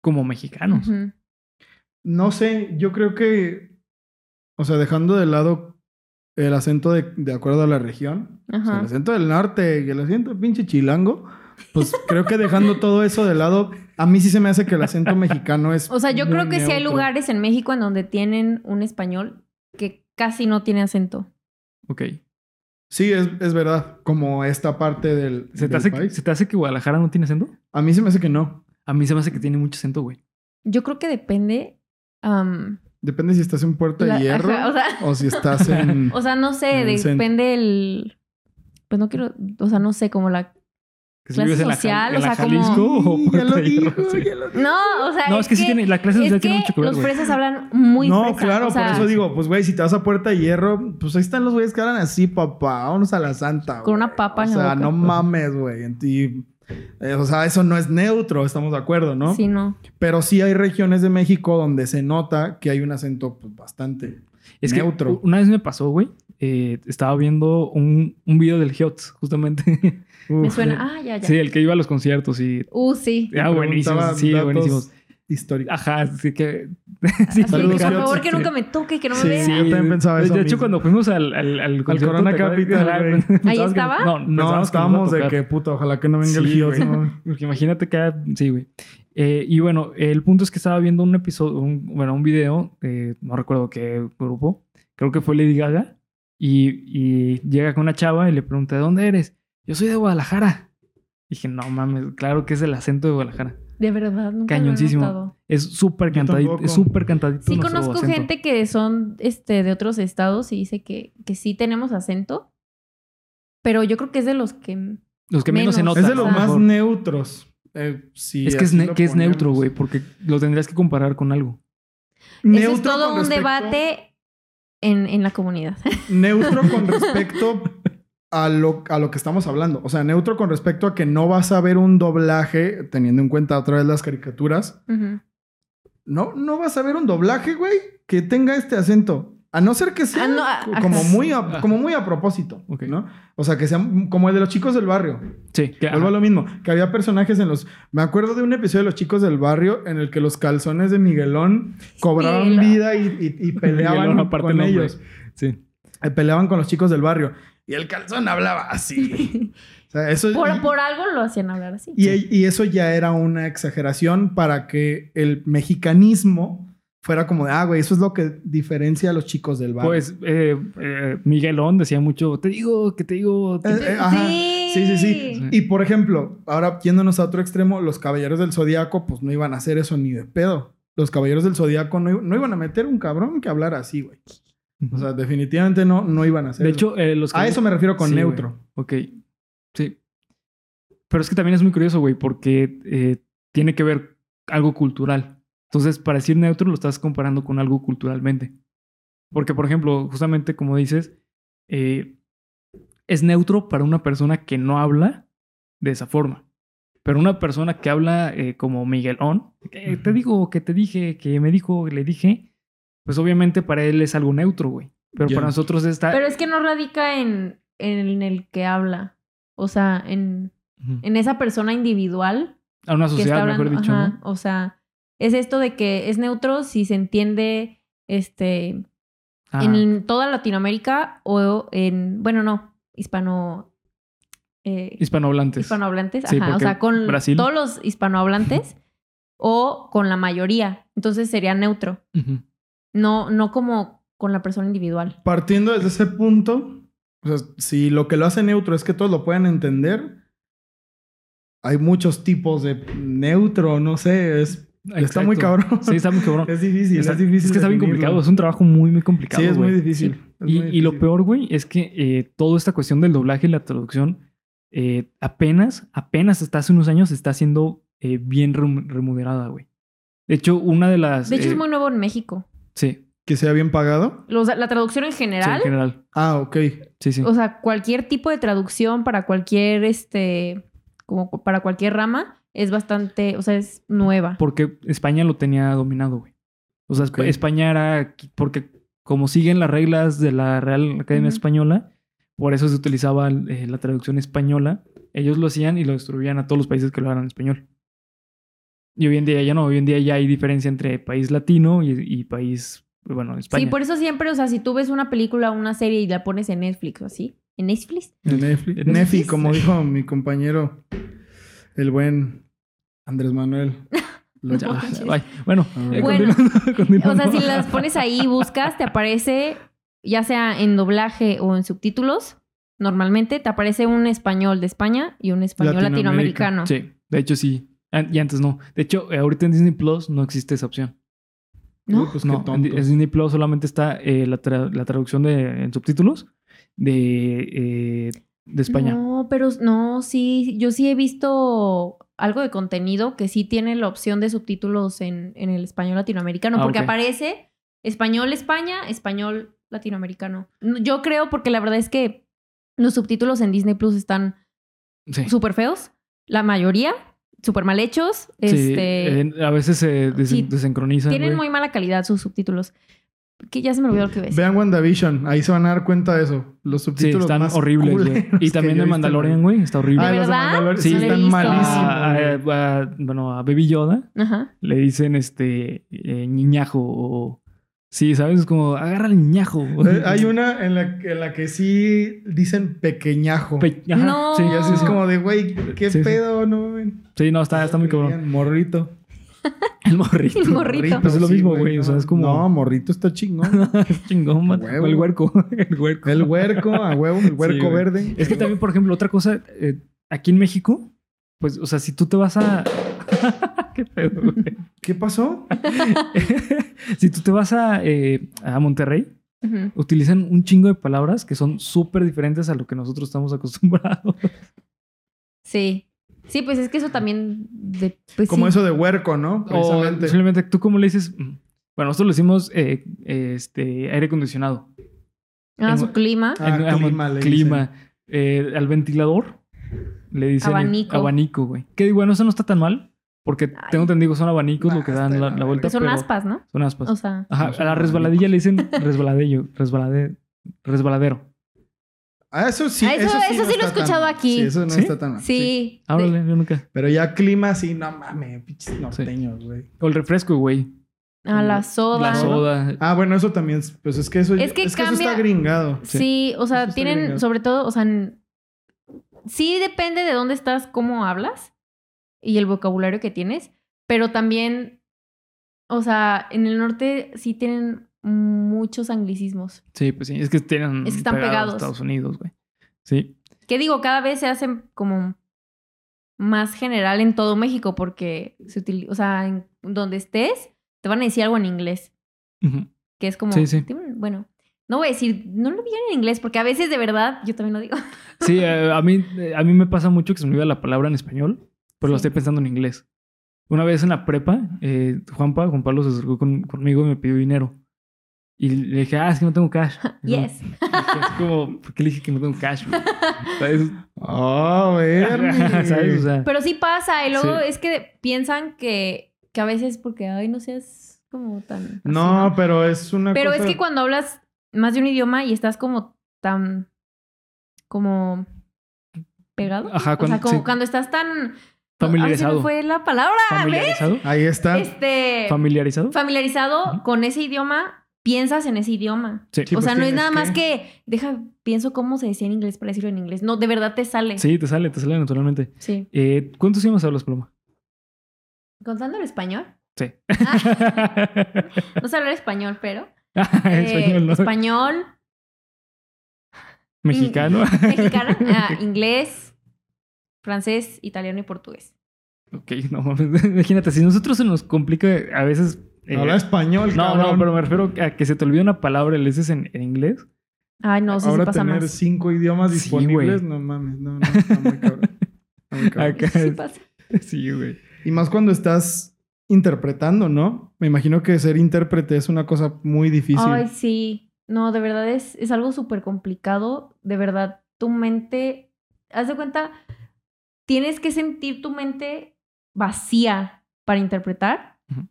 Speaker 1: como mexicanos.
Speaker 3: Ujú.
Speaker 2: No sé, yo creo que. O sea, dejando de lado el acento de, de acuerdo a la región. o sea,
Speaker 3: Ajá.
Speaker 2: el acento del norte y el acento pinche chilango. Pues creo que dejando todo eso de lado, a mí sí se me hace que el acento mexicano es.
Speaker 3: O sea, yo
Speaker 2: muy
Speaker 3: creo que sí hay
Speaker 2: neutro.
Speaker 3: lugares en México en donde tienen un español que casi no tiene acento.
Speaker 1: Ok.
Speaker 2: Sí, es, es verdad. Como esta parte del,
Speaker 1: ¿Se te,
Speaker 2: del
Speaker 1: hace que,
Speaker 2: país.
Speaker 1: ¿Se te hace que Guadalajara no tiene acento?
Speaker 2: A mí se me hace que no.
Speaker 1: A mí se me hace que tiene mucho acento, güey.
Speaker 3: Yo creo que depende. am,
Speaker 2: Depende si estás en Puerto
Speaker 3: la-
Speaker 2: de Hierro
Speaker 3: ajá, o, sea,
Speaker 2: o si estás en.
Speaker 3: o sea, no sé,
Speaker 2: En el centro.
Speaker 3: depende el. Pues no quiero. O sea, no sé, como la.
Speaker 1: Que
Speaker 3: Clase
Speaker 1: vives en la Jal-
Speaker 3: social,
Speaker 1: en
Speaker 3: o
Speaker 1: la
Speaker 3: sea, como-
Speaker 1: Jalisco o
Speaker 2: Sí, ya
Speaker 1: Puerto
Speaker 2: lo
Speaker 1: de Hierro,
Speaker 2: dijo,
Speaker 1: sí.
Speaker 2: ya lo dijo.
Speaker 3: No, o sea.
Speaker 1: No, es que, sí tiene, la clase
Speaker 3: es
Speaker 1: social tiene
Speaker 3: que
Speaker 1: mucho que ver,
Speaker 3: los
Speaker 1: güey.
Speaker 3: fresas hablan muy
Speaker 2: no,
Speaker 3: fresa,
Speaker 2: claro,
Speaker 3: o sea,
Speaker 2: por eso digo, pues güey, si te vas a Puerta de Hierro, pues ahí están los güeyes que hablan así, papá, vámonos a la santa.
Speaker 3: Con
Speaker 2: güey.
Speaker 3: una papa
Speaker 2: O
Speaker 3: en la
Speaker 2: sea,
Speaker 3: boca.
Speaker 2: no mames, güey. en ti- eh, o sea, eso no es neutro, estamos de acuerdo, ¿no?
Speaker 3: Sí, no.
Speaker 2: Pero sí hay regiones de México donde se nota que hay un acento pues, bastante.
Speaker 1: Es que
Speaker 2: Neutro.
Speaker 1: una vez me pasó, güey. eh, estaba viendo un, un video del Geots, justamente.
Speaker 3: Me
Speaker 2: Uf, eh,
Speaker 3: suena. Ah, ya, ya.
Speaker 1: sí, el que iba a los conciertos y...
Speaker 3: Uh, sí.
Speaker 1: Ah,
Speaker 2: me
Speaker 1: buenísimo.
Speaker 2: preguntaba
Speaker 1: Sí,
Speaker 2: datos
Speaker 1: buenísimo.
Speaker 2: históricos.
Speaker 1: Ajá, así que. sí,
Speaker 3: Así,
Speaker 2: Saludos,
Speaker 3: por
Speaker 2: Geots.
Speaker 3: favor, que
Speaker 1: sí.
Speaker 3: nunca me toque, que no me
Speaker 2: Sí,
Speaker 3: vea.
Speaker 2: sí. Yo también pensaba eso
Speaker 1: De hecho,
Speaker 2: mismo.
Speaker 1: cuando fuimos al, al, al concierto,
Speaker 2: Corona
Speaker 1: ¿te acuerdas?
Speaker 2: Capital,
Speaker 1: Ajá,
Speaker 2: güey.
Speaker 1: pensabas
Speaker 3: ¿Ahí
Speaker 1: que-
Speaker 3: estaba?
Speaker 1: no,
Speaker 2: No,
Speaker 1: pensábamos que nos
Speaker 2: estábamos
Speaker 1: iba a
Speaker 2: de que
Speaker 1: tocar.
Speaker 2: puta, ojalá que no venga el
Speaker 1: Sí,
Speaker 2: Gios,
Speaker 1: güey.
Speaker 2: ¿no?
Speaker 1: Porque imagínate que. Sí, güey. Eh, y bueno, el punto es que estaba viendo un episodio, un, bueno, un video, eh, no recuerdo qué grupo, creo que fue Lady Gaga, y, y llega con una chava y le pregunta, ¿de dónde eres? Yo soy de Guadalajara. Dije, no mames, claro que es el acento de Guadalajara.
Speaker 3: De verdad, nunca
Speaker 1: Cañoncísimo.
Speaker 3: lo he notado.
Speaker 1: Es súper
Speaker 2: Yo
Speaker 1: cantadito,
Speaker 2: tampoco.
Speaker 1: es súper cantadito.
Speaker 3: Sí
Speaker 1: nuestro
Speaker 3: conozco
Speaker 1: acento.
Speaker 3: gente que son este, de otros estados y dice que, que sí tenemos acento, pero yo creo que es de los que...
Speaker 1: Los que menos, se
Speaker 3: Menos.
Speaker 1: notan.
Speaker 2: Es de los
Speaker 1: a lo
Speaker 2: más
Speaker 1: mejor.
Speaker 2: neutros. Eh, sí,
Speaker 1: Es que es,
Speaker 2: así
Speaker 1: ne-
Speaker 2: lo
Speaker 1: que es
Speaker 2: ponemos.
Speaker 1: neutro, güey, porque lo tendrías que comparar con algo.
Speaker 3: Eso es
Speaker 2: Neutro
Speaker 3: todo
Speaker 2: con
Speaker 3: un
Speaker 2: respecto-
Speaker 3: debate en, en la comunidad.
Speaker 2: Neutro con respecto a lo, a lo que estamos hablando. O sea, neutro con respecto a que no vas a ver un doblaje, teniendo en cuenta otra vez las caricaturas.
Speaker 3: Ujú.
Speaker 2: No, no vas a ver un doblaje, güey, que tenga este acento. A no ser que sea
Speaker 3: Ah, no, ah,
Speaker 2: co- como,
Speaker 3: ajá.
Speaker 2: muy a, como muy a propósito,
Speaker 1: Ok.
Speaker 2: ¿no? O sea, que sea m- como el de los chicos del barrio.
Speaker 1: Sí, que,
Speaker 2: Vuelvo a lo mismo, que había personajes en los... Me acuerdo de un episodio de Los Chicos del Barrio en el que los calzones de Miguelón cobraban
Speaker 3: Miguelón.
Speaker 2: vida y, y- y peleaban
Speaker 1: Miguelón, aparte
Speaker 2: con
Speaker 1: el nombre.
Speaker 2: ellos.
Speaker 1: sí.
Speaker 2: Eh, Peleaban con los chicos del barrio. Y el calzón hablaba así. O sea, eso...
Speaker 3: por, por algo lo hacían hablar así.
Speaker 2: y, y eso ya era una exageración para que el mexicanismo fuera como de, ah, güey, eso es lo que diferencia a los chicos del barrio.
Speaker 1: Pues eh, eh, Miguelón decía mucho, te digo, que te digo. que-".
Speaker 2: Eh, eh, ajá.
Speaker 3: Sí.
Speaker 2: Sí, sí, sí. Y por ejemplo, ahora yéndonos a otro extremo, los caballeros del zodiaco, pues no iban a hacer eso ni de pedo. Los caballeros del zodiaco no, i- no iban a meter un cabrón que hablara así, güey. eh, O sea, definitivamente no, no iban a hacer
Speaker 1: de
Speaker 2: eso.
Speaker 1: hecho, eh, los
Speaker 2: a eso me refiero con
Speaker 1: Sí,
Speaker 2: neutro.
Speaker 1: güey. Ok. Sí. Pero es que también es muy curioso, güey, porque eh, tiene que ver algo cultural. Entonces, para decir neutro, lo estás comparando con algo culturalmente. Porque, por ejemplo, justamente como dices, eh, es neutro para una persona que no habla de esa forma. Pero una persona que habla eh, como Miguelón, que te
Speaker 2: Ujú.
Speaker 1: digo, que te dije, que me dijo, le dije, pues obviamente para él es algo neutro, güey. Pero
Speaker 2: Ya.
Speaker 1: para nosotros está...
Speaker 3: Pero es que no radica en, en el que habla. O sea, en,
Speaker 1: Ujú.
Speaker 3: en esa persona individual
Speaker 1: A una
Speaker 3: que está
Speaker 1: sociedad,
Speaker 3: hablando.
Speaker 1: mejor dicho,
Speaker 3: ajá,
Speaker 1: ¿no?
Speaker 3: O sea, es esto de que es neutro si se entiende este
Speaker 1: Ah,
Speaker 3: en toda Latinoamérica o en, bueno, no, hispano eh,
Speaker 1: hispanohablantes.
Speaker 3: hispanohablantes,
Speaker 1: Sí,
Speaker 3: ajá, o
Speaker 1: porque
Speaker 3: sea, con
Speaker 1: Brasil-
Speaker 3: todos los hispanohablantes o con la mayoría. Entonces sería neutro,
Speaker 1: Ujú.
Speaker 3: no no como con la persona individual.
Speaker 2: Partiendo desde ese punto, o sea, si lo que lo hace neutro es que todos lo puedan entender, hay muchos tipos de neutro, no sé, es, está
Speaker 1: Exacto.
Speaker 2: muy cabrón.
Speaker 1: Sí, está muy cabrón.
Speaker 2: es difícil,
Speaker 1: Está-
Speaker 2: es difícil.
Speaker 1: que está bien
Speaker 2: definirlo.
Speaker 1: complicado. Es un trabajo muy, muy complicado.
Speaker 2: Sí, es muy
Speaker 1: güey.
Speaker 2: difícil. Es
Speaker 1: Y,
Speaker 2: muy
Speaker 1: y lo
Speaker 2: difícil.
Speaker 1: peor, güey, es que eh, toda esta cuestión del doblaje y la traducción eh, apenas, apenas hasta hace unos años está siendo eh, bien remu- remunerada, güey. De hecho, una de las...
Speaker 3: De hecho,
Speaker 1: eh,
Speaker 3: es muy nuevo en México.
Speaker 1: Sí,
Speaker 2: ¿Que sea bien pagado?
Speaker 3: Los- la traducción en
Speaker 1: sí,
Speaker 3: general,
Speaker 1: en general.
Speaker 2: Ah, ok.
Speaker 1: Sí, sí.
Speaker 3: o sea, cualquier tipo de traducción para cualquier, este, como cu- para cualquier rama, es bastante, o sea, es nueva.
Speaker 1: Porque España lo tenía dominado, güey. O sea, Espa-
Speaker 2: Ok.
Speaker 1: España era... Porque como siguen las reglas de la Real Academia
Speaker 3: Ujú.
Speaker 1: Española, por eso se utilizaba eh, la traducción española. Ellos lo hacían y lo distribuían a todos los países que lo hablan español. Y hoy en día ya no. Hoy en día ya hay diferencia entre país latino y, y país, bueno, España.
Speaker 3: Sí, por eso siempre, o sea, si tú ves una película o una serie y la pones en Netflix o así, en Netflix,
Speaker 2: El Netflix.
Speaker 1: ¿El
Speaker 2: Nefi,
Speaker 1: Netflix?
Speaker 2: como dijo mi compañero, el buen Andrés Manuel. Lo-
Speaker 1: Ya,
Speaker 3: No
Speaker 1: ah,
Speaker 3: manches.
Speaker 1: vaya. bueno, eh,
Speaker 3: Bueno,
Speaker 1: continuando-
Speaker 3: O sea,
Speaker 1: continuando.
Speaker 3: si las pones ahí y buscas, te aparece, ya sea en doblaje o en subtítulos, normalmente te aparece un español de España y un español
Speaker 2: Latinoamérica,
Speaker 3: latinoamericano.
Speaker 1: Sí, de hecho sí. An- Y antes no. De hecho, eh, ahorita en Disney Plus no existe esa opción.
Speaker 3: ¿No?
Speaker 2: Uy, pues qué
Speaker 1: no, en Di-
Speaker 2: tonto.
Speaker 1: en Disney Plus solamente está eh, la, tra- la traducción de, en subtítulos de, eh, de España.
Speaker 3: No, pero no, sí, yo sí he visto algo de contenido que sí tiene la opción de subtítulos en, en el español latinoamericano,
Speaker 1: Ah,
Speaker 3: porque
Speaker 1: ok.
Speaker 3: aparece español España, español latinoamericano. No, Yo creo, porque la verdad es que los subtítulos en Disney Plus están
Speaker 1: Sí.
Speaker 3: súper feos, la mayoría, súper mal hechos.
Speaker 1: Sí,
Speaker 3: este,
Speaker 1: eh, a veces se desen-
Speaker 3: sí,
Speaker 1: desincronizan.
Speaker 3: Tienen
Speaker 1: güey.
Speaker 3: muy mala calidad sus subtítulos. Que ya se me olvidó lo que ves.
Speaker 2: Vean WandaVision, ahí se van a dar cuenta de eso. Los
Speaker 1: Sí,
Speaker 2: subtítulos
Speaker 1: están
Speaker 2: más
Speaker 1: horribles, güey.
Speaker 2: culeros que
Speaker 1: Y también
Speaker 2: yo
Speaker 1: de
Speaker 2: he visto,
Speaker 1: Mandalorian,
Speaker 2: güey.
Speaker 1: güey, está horrible.
Speaker 2: Ah, los de
Speaker 3: ¿verdad?
Speaker 2: Mandalorian sí
Speaker 1: Sí,
Speaker 3: lo he
Speaker 2: están
Speaker 3: visto.
Speaker 1: Ah,
Speaker 2: malísimos. güey. Eh,
Speaker 1: a- a- bueno, a Baby Yoda
Speaker 3: Ajá.
Speaker 1: le dicen este eh, niñajo o... Sí, ¿sabes? Es como, agarra el niñajo.
Speaker 2: Eh,
Speaker 1: pues,
Speaker 2: Hay una en la, en la que sí dicen pequeñajo.
Speaker 1: Pe- Ajá,
Speaker 3: No.
Speaker 1: Sí,
Speaker 2: y así es como de, güey, qué
Speaker 1: Sí, sí.
Speaker 2: pedo, no mames.
Speaker 1: Sí, no, está, está muy cabrón.
Speaker 2: Dirían, Morrito.
Speaker 1: El morrito.
Speaker 3: El morrito.
Speaker 1: Pues es lo
Speaker 2: sí,
Speaker 1: mismo, güey, o sea,
Speaker 2: no.
Speaker 1: es como-
Speaker 2: No, morrito está chingón.
Speaker 1: Chingón, man.
Speaker 2: Huevo.
Speaker 1: O el huerco. El huerco.
Speaker 2: El huerco, a huevo, el huerco
Speaker 1: güey.
Speaker 2: verde. Eh,
Speaker 1: Es que también, por ejemplo, otra cosa, eh, aquí en México, pues, o sea, si tú te vas a. Qué pedo, güey.
Speaker 2: ¿Qué pasó?
Speaker 1: si tú te vas a, eh, a Monterrey,
Speaker 3: Ujú.
Speaker 1: utilizan un chingo de palabras que son súper diferentes a lo que nosotros estamos acostumbrados.
Speaker 3: Sí. Sí, pues es que eso también. De, pues
Speaker 2: Como
Speaker 3: sí.
Speaker 2: eso de huerco,
Speaker 1: O
Speaker 2: ¿no? Precisamente.
Speaker 1: simplemente tú, como le dices. Mm. Bueno, nosotros le decimos eh, este, aire acondicionado.
Speaker 3: Ah,
Speaker 1: en-
Speaker 3: su clima.
Speaker 2: Ah,
Speaker 1: En- a-
Speaker 2: clima, le
Speaker 1: clima. Eh, al ventilador le dicen
Speaker 3: Abanico.
Speaker 1: abanico, güey. Que digo, bueno, eso no está tan mal, porque
Speaker 3: Ay.
Speaker 1: tengo entendido que son abanicos
Speaker 2: Nah,
Speaker 1: lo que
Speaker 2: está de
Speaker 1: dan la,
Speaker 2: la
Speaker 1: la vuelta.
Speaker 3: que son
Speaker 1: pero pues,
Speaker 3: aspas, ¿no?
Speaker 1: Son aspas.
Speaker 3: O sea.
Speaker 1: Ajá,
Speaker 2: No
Speaker 1: a
Speaker 2: son
Speaker 1: la resbaladilla le dicen resbaladello, resbalade, resbaladero.
Speaker 2: Ah, eso sí.
Speaker 3: Ah, eso- eso sí lo he
Speaker 2: está tan
Speaker 3: escuchado
Speaker 2: mal.
Speaker 3: aquí.
Speaker 2: Sí, eso no
Speaker 1: ¿Sí?
Speaker 2: está tan mal.
Speaker 3: Sí.
Speaker 1: Ah,
Speaker 3: de-
Speaker 1: órale, yo nunca.
Speaker 2: Pero ya clima, sí, no mames, pinches norteños, güey.
Speaker 1: O el refresco, güey.
Speaker 3: a la soda.
Speaker 1: La soda.
Speaker 2: Ah, bueno, eso también, es- pues es que eso,
Speaker 3: Es que
Speaker 2: eso
Speaker 3: cambia-
Speaker 2: está gringado.
Speaker 3: Sí, o sea,
Speaker 2: Eso está
Speaker 3: tienen,
Speaker 2: genial.
Speaker 3: sobre todo, o sea, n- sí depende de dónde estás, cómo hablas y el vocabulario que tienes, pero también, o sea, en el norte sí tienen muchos anglicismos.
Speaker 1: Sí, pues sí. Es que tienen
Speaker 3: Es que están pegados.
Speaker 1: a Estados Unidos, güey. Sí.
Speaker 3: Que digo, cada vez se hacen como más general en todo México porque se utiliza, o sea, en donde estés, te van a decir algo en inglés,
Speaker 1: Ujú.
Speaker 3: que es como,
Speaker 1: Sí, sí.
Speaker 3: bueno, no voy a decir, no lo digan en inglés porque a veces de verdad yo también lo digo.
Speaker 1: Sí, eh, a, mí, eh, a mí me pasa mucho que se me olvida la palabra en español, pero la
Speaker 3: Sí.
Speaker 1: estoy pensando en inglés. Una vez en la prepa, eh, Juanpa, Juan Pablo se acercó con- conmigo y me pidió dinero. Y le dije, ah, es que no tengo cash. Y yo,
Speaker 3: Yes.
Speaker 1: Es como, ¿por qué le dije que no tengo cash? güey? ¿Sabes?
Speaker 2: Ah, ver.
Speaker 1: ¿Sabes? O sea,
Speaker 3: Pero sí pasa, y luego
Speaker 1: Sí.
Speaker 3: es que piensan que, que a veces porque, ay, no seas como tan... así,
Speaker 2: no, pero es una
Speaker 3: Pero es
Speaker 2: cosa-
Speaker 3: que cuando hablas más de un idioma y estás como tan... como... pegado.
Speaker 1: Ajá,
Speaker 3: o sea,
Speaker 1: cuando-
Speaker 3: como
Speaker 1: sí.
Speaker 3: cuando estás tan... Ay, se me
Speaker 1: familiarizado.
Speaker 3: fue la palabra, ¿ves?
Speaker 1: ¿Familiarizado?
Speaker 2: Ahí está.
Speaker 3: Este...
Speaker 1: ¿Familiarizado?
Speaker 3: Familiarizado
Speaker 1: Ujú.
Speaker 3: con ese idioma, piensas en ese idioma.
Speaker 1: Sí.
Speaker 2: Sí,
Speaker 3: o sea,
Speaker 2: pues
Speaker 3: no es
Speaker 2: tienes
Speaker 3: nada más
Speaker 2: que-
Speaker 3: que, deja, pienso cómo se decía en inglés para decirlo en inglés. No, de verdad te sale.
Speaker 1: Sí, te sale, te sale naturalmente.
Speaker 3: Sí.
Speaker 1: Eh, ¿Cuántos idiomas hablas, Paloma?
Speaker 3: Contando el español.
Speaker 1: Sí.
Speaker 3: No sé hablar español, pero. eh,
Speaker 1: Ah, Español, ¿no?
Speaker 3: español,
Speaker 1: Mexicano.
Speaker 3: mexicano, ah, inglés, francés, italiano y portugués.
Speaker 1: ok, no mames. Imagínate, si nosotros se nos complica a veces. eh,
Speaker 2: Habla español,
Speaker 1: no,
Speaker 2: cabrón.
Speaker 1: no, pero me refiero a que se te olvida una palabra y le dices en, en inglés.
Speaker 3: Ay, no, sí se
Speaker 2: Ahora
Speaker 3: pasa
Speaker 2: tener
Speaker 3: más.
Speaker 2: cinco idiomas
Speaker 1: Sí,
Speaker 2: disponibles,
Speaker 1: güey.
Speaker 2: no mames, no, no, está muy cabrón. Está muy cabrón.
Speaker 1: Acá
Speaker 3: Sí
Speaker 1: es-
Speaker 3: pasa.
Speaker 1: sí, güey.
Speaker 2: Y más cuando estás interpretando, ¿no? Me imagino que ser intérprete es una cosa muy difícil.
Speaker 3: Ay, sí. No, de verdad es, es algo súper complicado. De verdad, tu mente, haz de cuenta, tienes que sentir tu mente vacía para interpretar.
Speaker 1: Ujú.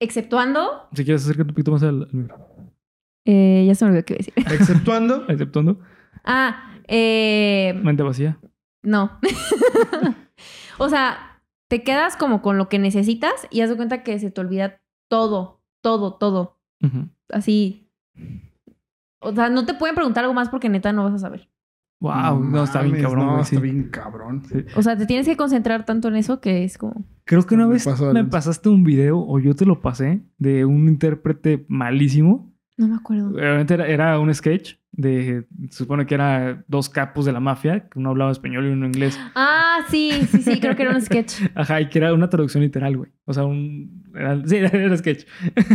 Speaker 3: Exceptuando.
Speaker 1: Si quieres acércate un poquito más al, al micro.
Speaker 3: eh, ya se me olvidó qué iba a decir.
Speaker 2: Exceptuando
Speaker 1: Exceptuando,
Speaker 3: Ah, eh,
Speaker 1: mente vacía.
Speaker 3: no. o sea, te quedas como con lo que necesitas y haz de cuenta que se te olvida todo, todo, todo.
Speaker 1: Ujú.
Speaker 3: Así. O sea, no te pueden preguntar algo más porque neta no vas a saber.
Speaker 1: Wow, no, está bien
Speaker 2: mames,
Speaker 1: cabrón,
Speaker 2: No,
Speaker 1: güey, sí.
Speaker 2: está bien cabrón.
Speaker 3: O sea, te tienes que concentrar tanto en eso que es como.
Speaker 1: Creo que una
Speaker 2: Me
Speaker 1: vez
Speaker 2: paso de
Speaker 1: me
Speaker 2: lanza.
Speaker 1: pasaste un video o yo te lo pasé de un intérprete malísimo.
Speaker 3: No me acuerdo.
Speaker 1: Realmente era, era un sketch de, se supone que era dos capos de la mafia, que uno hablaba español y uno inglés.
Speaker 3: Ah, sí, sí, sí, creo que era un sketch.
Speaker 1: Ajá, y que era una traducción literal, güey. O sea, un... Era, sí, era, era sketch.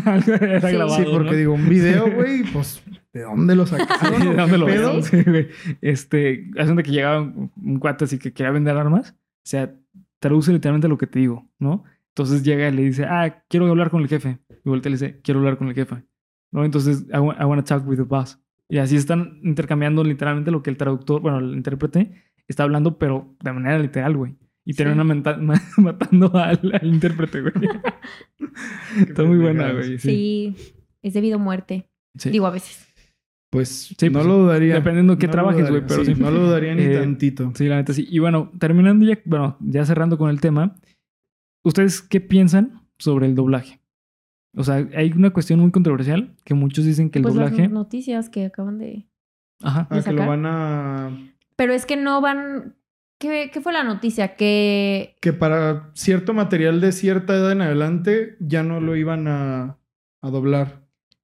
Speaker 1: Algo era
Speaker 3: Sí.
Speaker 1: grabado,
Speaker 2: Sí, porque
Speaker 1: ¿no?
Speaker 2: digo, un video, güey, pues, ¿de dónde lo sacaron?
Speaker 1: Sí, ¿de dónde lo
Speaker 2: ¿Qué
Speaker 1: veo?
Speaker 2: pedo?
Speaker 1: Sí, güey. Este, hace de que llegaba un, un cuate así que quería vender armas. O sea, traduce literalmente lo que te digo, ¿no? Entonces llega y le dice, ah, quiero hablar con el jefe. Y voltea y le dice, quiero hablar con el jefe. ¿No? Entonces, I, wa- I wanna talk with the boss. Y así están intercambiando literalmente lo que el traductor, bueno, el intérprete, está hablando, pero de manera literal, güey. Y
Speaker 3: Sí.
Speaker 1: termina menta- ma- matando al, al intérprete, güey. está muy buena, güey. Sí.
Speaker 3: Sí. Es debido a muerte.
Speaker 1: Sí.
Speaker 3: Digo a veces.
Speaker 2: Pues,
Speaker 1: Sí,
Speaker 2: no
Speaker 1: pues,
Speaker 2: lo dudaría.
Speaker 1: dependiendo de qué
Speaker 2: No lo
Speaker 1: trabajes, güey,
Speaker 2: dudaría,
Speaker 1: pero sí.
Speaker 2: No lo dudaría ni
Speaker 1: Eh,
Speaker 2: tantito.
Speaker 1: Sí, la neta sí. Y bueno, terminando ya, bueno, ya cerrando con el tema, ¿ustedes qué piensan sobre el doblaje? O sea, hay una cuestión muy controversial que muchos dicen que el
Speaker 3: pues
Speaker 1: doblaje.
Speaker 3: las no- noticias que acaban de.
Speaker 1: Ajá.
Speaker 2: Ah, que lo
Speaker 3: sacar?
Speaker 2: van a...
Speaker 3: Pero es que no van. ¿Qué, qué fue la noticia? Que.
Speaker 2: Que para cierto material de cierta edad en adelante ya no lo iban a, a doblar.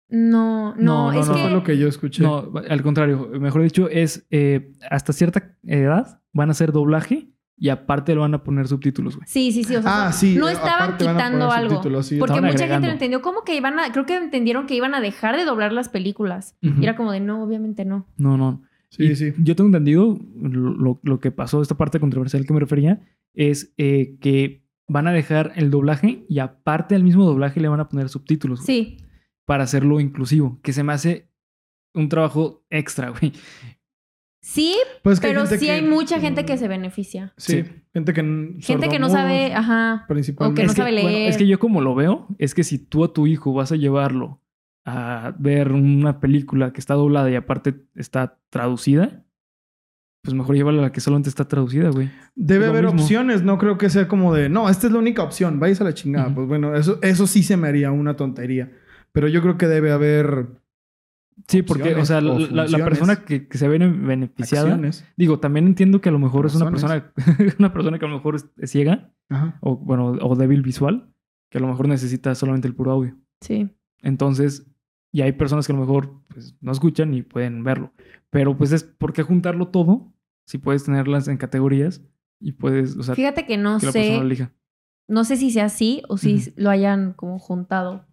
Speaker 3: No, no,
Speaker 1: No, no,
Speaker 3: es
Speaker 2: Eso
Speaker 3: que.
Speaker 2: fue lo que yo escuché.
Speaker 1: No, al contrario, mejor dicho, es eh, hasta cierta edad van a hacer doblaje y aparte lo van a poner subtítulos, güey.
Speaker 3: Sí, sí, sí. O sea,
Speaker 2: ah, sí.
Speaker 3: no estaban
Speaker 2: aparte van a
Speaker 3: quitando
Speaker 2: poner
Speaker 3: algo.
Speaker 2: subtítulos, sí,
Speaker 3: porque
Speaker 1: estaban
Speaker 3: mucha gente
Speaker 1: agregando.
Speaker 3: lo entendió como que iban a. Creo que entendieron que iban a dejar de doblar las películas.
Speaker 1: Ujú.
Speaker 3: Y era como de no, obviamente no.
Speaker 1: No, no.
Speaker 2: Sí,
Speaker 1: Y
Speaker 2: sí.
Speaker 1: Yo tengo entendido lo, lo- lo que pasó, esta parte controversial que me refería, es eh, que van a dejar el doblaje y aparte del mismo doblaje le van a poner subtítulos güey,
Speaker 3: Sí.
Speaker 1: para hacerlo inclusivo, que se me hace un trabajo extra, güey.
Speaker 3: Sí,
Speaker 2: Pues que
Speaker 3: Pero
Speaker 2: gente
Speaker 3: sí
Speaker 2: que- Mm.
Speaker 3: hay mucha gente que se beneficia.
Speaker 2: Sí,
Speaker 1: Sí.
Speaker 2: gente que...
Speaker 3: Gente que no sabe, ajá.
Speaker 2: Principalmente.
Speaker 3: que no
Speaker 1: es, que,
Speaker 3: sabe leer.
Speaker 1: es que yo como lo veo, es que si tú a tu hijo vas a llevarlo a ver una película que está doblada y aparte está traducida, pues mejor llévala a la que solamente está traducida, güey.
Speaker 2: Debe
Speaker 1: Lo
Speaker 2: haber
Speaker 1: mismo.
Speaker 2: opciones, no creo que sea como de, no, esta es la única opción, váyase a la chingada.
Speaker 1: Ujú.
Speaker 2: Pues bueno, eso, eso sí se me haría una tontería. Pero yo creo que debe haber
Speaker 1: Sí, porque, o sea, la,
Speaker 2: Opciones o
Speaker 1: la- la persona que, que se ve beneficiada...
Speaker 2: acciones.
Speaker 1: Digo, también entiendo que a lo mejor es una
Speaker 2: Razones.
Speaker 1: persona, una persona que a lo mejor es- es ciega
Speaker 2: Ajá.
Speaker 1: o bueno, o débil visual, que a lo mejor necesita solamente el puro audio.
Speaker 3: Sí.
Speaker 1: Entonces, y hay personas que a lo mejor pues, no escuchan y pueden verlo. Pero pues es por qué juntarlo todo si puedes tenerlas en categorías y puedes, o sea, que
Speaker 3: Fíjate que no
Speaker 1: la persona
Speaker 3: sé,
Speaker 1: elija.
Speaker 3: no sé si sea así o si
Speaker 1: Ujú.
Speaker 3: lo hayan como juntado.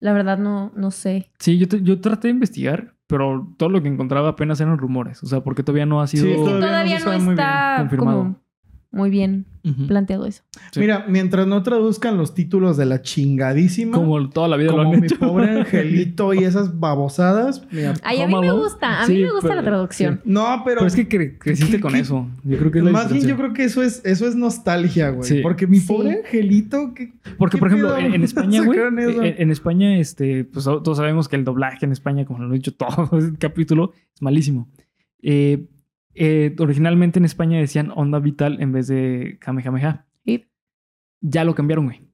Speaker 3: La verdad no, no sé.
Speaker 1: Sí, yo, te- yo traté de investigar, pero todo lo que encontraba apenas eran rumores. O sea, porque todavía no ha sido...
Speaker 2: Sí, todo-
Speaker 3: Todavía
Speaker 2: Todavía no
Speaker 3: no
Speaker 2: se sabe muy
Speaker 3: está
Speaker 1: bien confirmado.
Speaker 3: como muy bien
Speaker 1: Ujú.
Speaker 3: planteado eso.
Speaker 1: Sí.
Speaker 2: Mira, mientras no traduzcan los títulos de la chingadísima, como,
Speaker 1: Como toda la vida lo han
Speaker 2: mi
Speaker 1: hecho.
Speaker 2: pobre angelito y esas babosadas, mira,
Speaker 3: Ay, a mí me
Speaker 1: Tómalo.
Speaker 3: gusta, a
Speaker 1: Sí,
Speaker 3: mí me gusta
Speaker 1: pero-
Speaker 3: la traducción.
Speaker 2: no, pero,
Speaker 1: Pero es que cre- creciste
Speaker 2: ¿Qué-
Speaker 1: con
Speaker 2: qué-
Speaker 1: eso. Yo creo que es la
Speaker 2: más bien
Speaker 1: diferencia.
Speaker 2: yo creo que eso es eso es nostalgia, güey,
Speaker 1: Sí.
Speaker 2: porque mi
Speaker 3: Sí.
Speaker 2: pobre angelito que
Speaker 1: Porque,
Speaker 2: ¿Qué
Speaker 1: por ejemplo,
Speaker 2: pedo?
Speaker 1: en, en España, güey,
Speaker 2: Sacaron eso.
Speaker 1: en, en España, este, pues todos sabemos que el doblaje en España, como lo he dicho todo el capítulo, es malísimo. Eh, eh, originalmente en España decían onda vital en vez de kamehameha.
Speaker 3: Sí.
Speaker 1: Ya lo cambiaron, güey.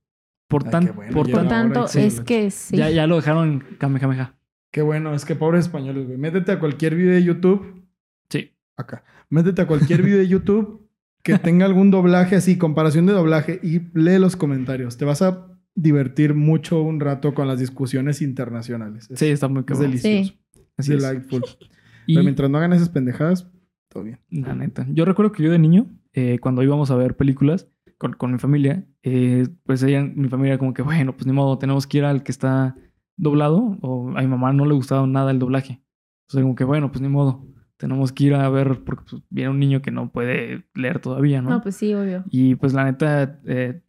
Speaker 1: Por,
Speaker 2: Ay,
Speaker 1: tan,
Speaker 2: qué bueno,
Speaker 1: por
Speaker 2: ya
Speaker 3: Por
Speaker 1: tan-
Speaker 2: ahora
Speaker 3: tanto,
Speaker 2: sí,
Speaker 3: es
Speaker 2: los-
Speaker 3: que sí.
Speaker 1: ya, ya lo dejaron kamehameha.
Speaker 2: Qué bueno, es que pobres españoles, güey. Métete a cualquier video de YouTube.
Speaker 1: Sí.
Speaker 2: Acá. Métete a cualquier video de YouTube que tenga algún doblaje así, comparación de doblaje, y lee los comentarios. Te vas a divertir mucho un rato con las discusiones internacionales. Es,
Speaker 1: Sí, está muy
Speaker 2: es
Speaker 1: cabrón.
Speaker 2: delicioso. Es
Speaker 1: Así es.
Speaker 2: delightful.
Speaker 1: Y-
Speaker 2: Pero mientras no hagan esas pendejadas, todo bien.
Speaker 1: La neta. Yo recuerdo que yo de niño, eh, cuando íbamos a ver películas con, con mi familia, eh, pues ella, mi familia como que, bueno, pues ni modo, tenemos que ir al que está doblado. O a mi mamá no le gustaba nada el doblaje. O Entonces, como que bueno, pues ni modo. Tenemos que ir a ver porque pues, viene un niño que no puede leer todavía, ¿no?
Speaker 3: No, pues sí, obvio.
Speaker 1: Y pues la neta, eh,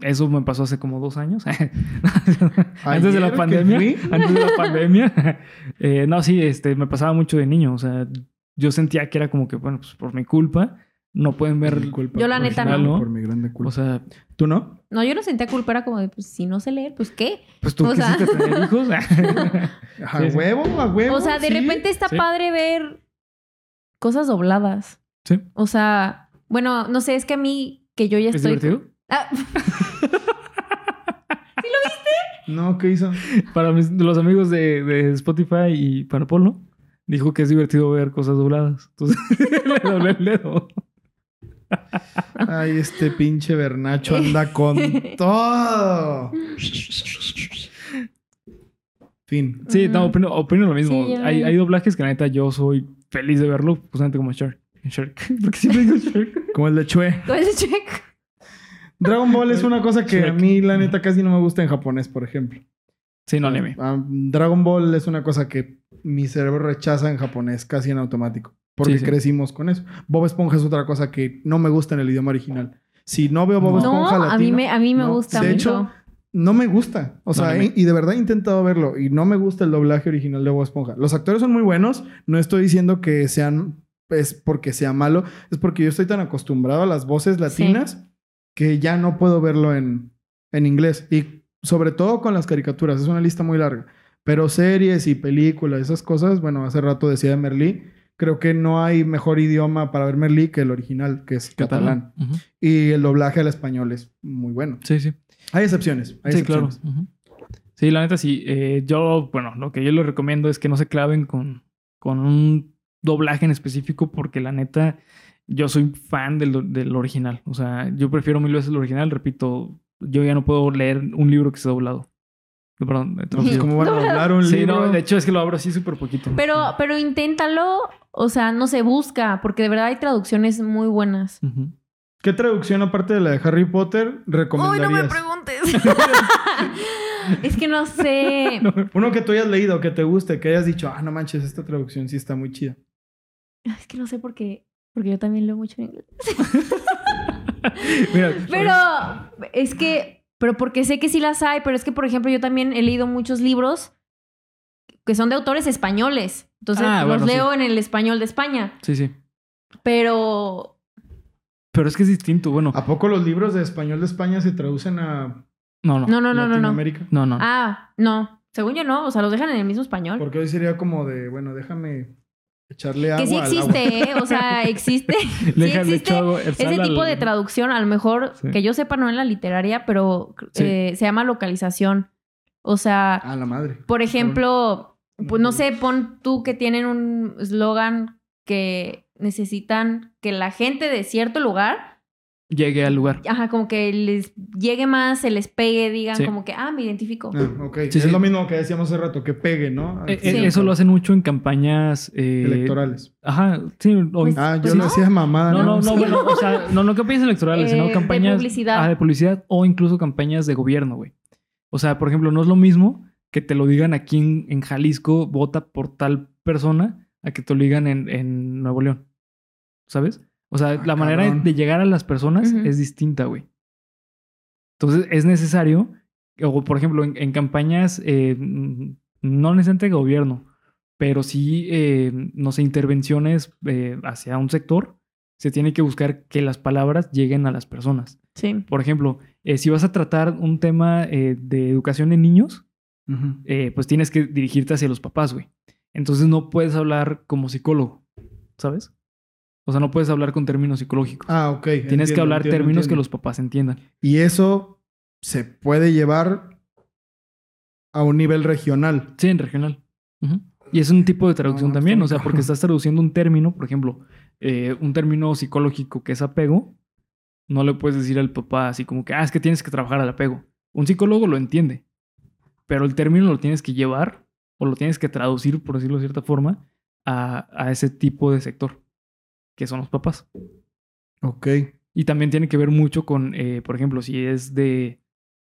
Speaker 1: eso me pasó hace como dos años. antes de
Speaker 2: Ayer
Speaker 1: la
Speaker 2: que
Speaker 1: pandemia.
Speaker 2: fui.
Speaker 1: Antes de la pandemia. Eh, no, sí, este, me pasaba mucho de niño. O sea, yo sentía que era como que, bueno, pues por mi culpa, no pueden ver.
Speaker 2: Por mi culpa,
Speaker 3: Yo la
Speaker 2: por
Speaker 3: neta
Speaker 2: mi-
Speaker 1: no.
Speaker 2: Por mi grande culpa.
Speaker 1: O sea,
Speaker 2: ¿Tú no?
Speaker 3: No, yo no sentía culpa, era como de, pues si no sé leer, pues qué.
Speaker 1: pues tú
Speaker 3: O sea.
Speaker 1: quisiste tener hijos.
Speaker 2: A
Speaker 1: Sí, sí.
Speaker 2: huevo, a huevo.
Speaker 3: O sea, de
Speaker 2: sí.
Speaker 3: repente está
Speaker 1: sí.
Speaker 3: padre ver cosas dobladas.
Speaker 1: Sí.
Speaker 3: O sea, bueno, no sé, es que a mí, que yo ya
Speaker 1: ¿Es
Speaker 3: estoy.
Speaker 1: divertido?
Speaker 3: Ah,
Speaker 2: No, ¿qué hizo?
Speaker 1: Para mis- los amigos de, de Spotify y para Polo, dijo que es divertido ver cosas dobladas. Entonces, le doblé el dedo.
Speaker 2: Ay, este pinche Bernacho anda con todo. Fin.
Speaker 1: Sí, no,
Speaker 3: Ujú.
Speaker 1: opino, opino lo mismo.
Speaker 3: Ah. Sí, yo
Speaker 1: hay,
Speaker 3: lo-
Speaker 1: hay doblajes que, la neta, yo soy feliz de verlo, justamente como Shark. Shark. Porque siempre digo Shark.
Speaker 2: Como el de Chue.
Speaker 3: ¿cómo es el check?
Speaker 2: Dragon Ball es una cosa que a mí, la neta, casi no me gusta en japonés, por ejemplo.
Speaker 1: Sí, no, anime.
Speaker 2: Ah, Dragon Ball es una cosa que mi cerebro rechaza en japonés, casi en automático. Porque
Speaker 1: Sí, sí.
Speaker 2: crecimos con eso. Bob Esponja es otra cosa que no me gusta en el idioma original. Si no veo Bob
Speaker 1: No.
Speaker 2: Esponja
Speaker 3: No, a mí
Speaker 2: latino,
Speaker 3: me, a mí me
Speaker 2: Pues, no.
Speaker 3: gusta
Speaker 2: De
Speaker 3: mucho.
Speaker 2: hecho, no me gusta. O sea,
Speaker 1: No, no me-
Speaker 2: y de verdad he intentado verlo y no me gusta el doblaje original de Bob Esponja. Los actores son muy buenos. No estoy diciendo que sean, es porque sea malo. Es porque yo estoy tan acostumbrado a las voces latinas que ya no puedo verlo en, en inglés. Y sobre todo con las caricaturas. Es una lista muy larga. Pero series y películas, esas cosas. Bueno, hace rato decía de Merlí. Creo que no hay mejor idioma para ver Merlí que el original, que es catalán.
Speaker 1: Ujú.
Speaker 2: Y el doblaje al español es muy bueno.
Speaker 1: Sí, sí.
Speaker 2: Hay excepciones. Hay
Speaker 1: Sí, claro.
Speaker 2: excepciones.
Speaker 1: Ujú. Sí, la neta, sí. Eh, yo, bueno, lo que yo les recomiendo es que no se claven con, con un doblaje en específico, porque la neta, yo soy fan del, del original. O sea, yo prefiero mil veces el original. Repito, yo ya no puedo leer un libro que esté doblado. Eh, Perdón.
Speaker 2: Entonces,
Speaker 1: entonces-
Speaker 2: ¿cómo van a doblar un
Speaker 1: sí,
Speaker 2: libro?
Speaker 1: no, de hecho es que lo abro así súper poquito.
Speaker 3: Pero, pero inténtalo, o sea, no se busca, porque de verdad hay traducciones muy buenas.
Speaker 1: Ujú.
Speaker 2: ¿Qué traducción aparte de la de Harry Potter
Speaker 3: Uy, no
Speaker 2: recomendarías?
Speaker 3: me preguntes. es que no sé.
Speaker 1: No.
Speaker 2: Uno que tú hayas leído, que te guste, que hayas dicho, ah, no manches, esta traducción sí está muy chida.
Speaker 3: Es que no sé por qué. Porque yo también leo mucho en inglés.
Speaker 1: Mira,
Speaker 3: Pero es que. Pero porque sé que sí las hay, pero es que, por ejemplo, yo también he leído muchos libros que son de autores españoles. Entonces
Speaker 1: Ah,
Speaker 3: los
Speaker 1: bueno, sí.
Speaker 3: leo en el español de España.
Speaker 1: Sí, sí.
Speaker 3: Pero.
Speaker 1: Pero es que es distinto. Bueno,
Speaker 2: ¿A poco los libros de español de España se traducen a
Speaker 1: no, no.
Speaker 3: No, no, no, no, no.
Speaker 2: Latinoamérica?
Speaker 1: No, no.
Speaker 3: Ah, no. Según yo no. O sea, los dejan en el mismo español.
Speaker 2: Porque hoy sería como de, bueno, déjame echarle agua
Speaker 3: Que sí
Speaker 2: al agua.
Speaker 3: existe, ¿eh? O sea, existe
Speaker 1: Deja- le
Speaker 3: existe
Speaker 1: echo el sal
Speaker 3: ese
Speaker 1: al-
Speaker 3: tipo de traducción. A lo mejor,
Speaker 1: Sí.
Speaker 3: que yo sepa, no en la literaria, pero
Speaker 1: Sí. Ah,
Speaker 3: eh, se llama localización. O sea,
Speaker 2: A la madre.
Speaker 3: por ejemplo,
Speaker 2: bueno.
Speaker 3: pues, no sé, pon tú que tienen un eslogan que necesitan que la gente de cierto lugar,
Speaker 1: Llegué al lugar.
Speaker 3: ajá, como que les llegue más, se les pegue, digan
Speaker 1: Sí.
Speaker 3: como que, ah, me identifico.
Speaker 2: Ah, ok.
Speaker 1: Sí,
Speaker 2: es
Speaker 1: sí.
Speaker 2: lo mismo que decíamos hace rato, que pegue, ¿no? Al
Speaker 1: Eh,
Speaker 2: fin
Speaker 1: eh,
Speaker 2: y al
Speaker 1: Eso
Speaker 2: cabo.
Speaker 1: lo hacen mucho en campañas eh,
Speaker 2: Electorales.
Speaker 1: Ajá, sí. o-
Speaker 3: Pues-
Speaker 2: Ah, yo
Speaker 3: pues
Speaker 2: lo
Speaker 3: no.
Speaker 2: decía mamada.
Speaker 1: no, no,
Speaker 2: más.
Speaker 1: no, bueno, o sea, no, no campañas electorales,
Speaker 3: Eh,
Speaker 1: sino
Speaker 3: de
Speaker 1: campañas
Speaker 3: publicidad.
Speaker 1: Ah, de publicidad o incluso campañas de gobierno, güey. O sea, por ejemplo, no es lo mismo que te lo digan aquí en, en Jalisco, vota por tal persona, a que te lo digan en, en Nuevo León. ¿Sabes? O sea,
Speaker 2: Ah,
Speaker 1: la manera de-
Speaker 2: cabrón.
Speaker 1: de llegar a las personas
Speaker 3: Ujú.
Speaker 1: es distinta, güey. Entonces, es necesario, o por ejemplo, en, en campañas, eh, mm, no necesariamente de gobierno, pero sí, eh, no sé, intervenciones eh, hacia un sector, se tiene que buscar que las palabras lleguen a las personas.
Speaker 3: Sí.
Speaker 1: Por ejemplo, eh, si vas a tratar un tema eh, de educación en niños,
Speaker 2: Ujú.
Speaker 1: eh, pues tienes que dirigirte hacia los papás, güey. Entonces no puedes hablar como psicólogo, ¿sabes? O sea, no puedes hablar con términos psicológicos.
Speaker 2: Ah, ok.
Speaker 1: tienes que hablar términos que los papás entiendan.
Speaker 2: Y eso se puede llevar a un nivel regional.
Speaker 1: Sí, en regional. Ujú. Y es un tipo de traducción
Speaker 2: no, pues,
Speaker 1: también,
Speaker 2: está
Speaker 1: o sea,
Speaker 2: muy
Speaker 1: porque
Speaker 2: cabrón.
Speaker 1: estás traduciendo un término, por ejemplo, eh, un término psicológico que es apego, no le puedes decir al papá así como que, ah, es que tienes que trabajar al apego. Un psicólogo lo entiende, pero el término lo tienes que llevar o lo tienes que traducir, por decirlo de cierta forma, a, a ese tipo de sector, que son los papás.
Speaker 2: Ok.
Speaker 1: Y también tiene que ver mucho con, eh, por ejemplo, si es de,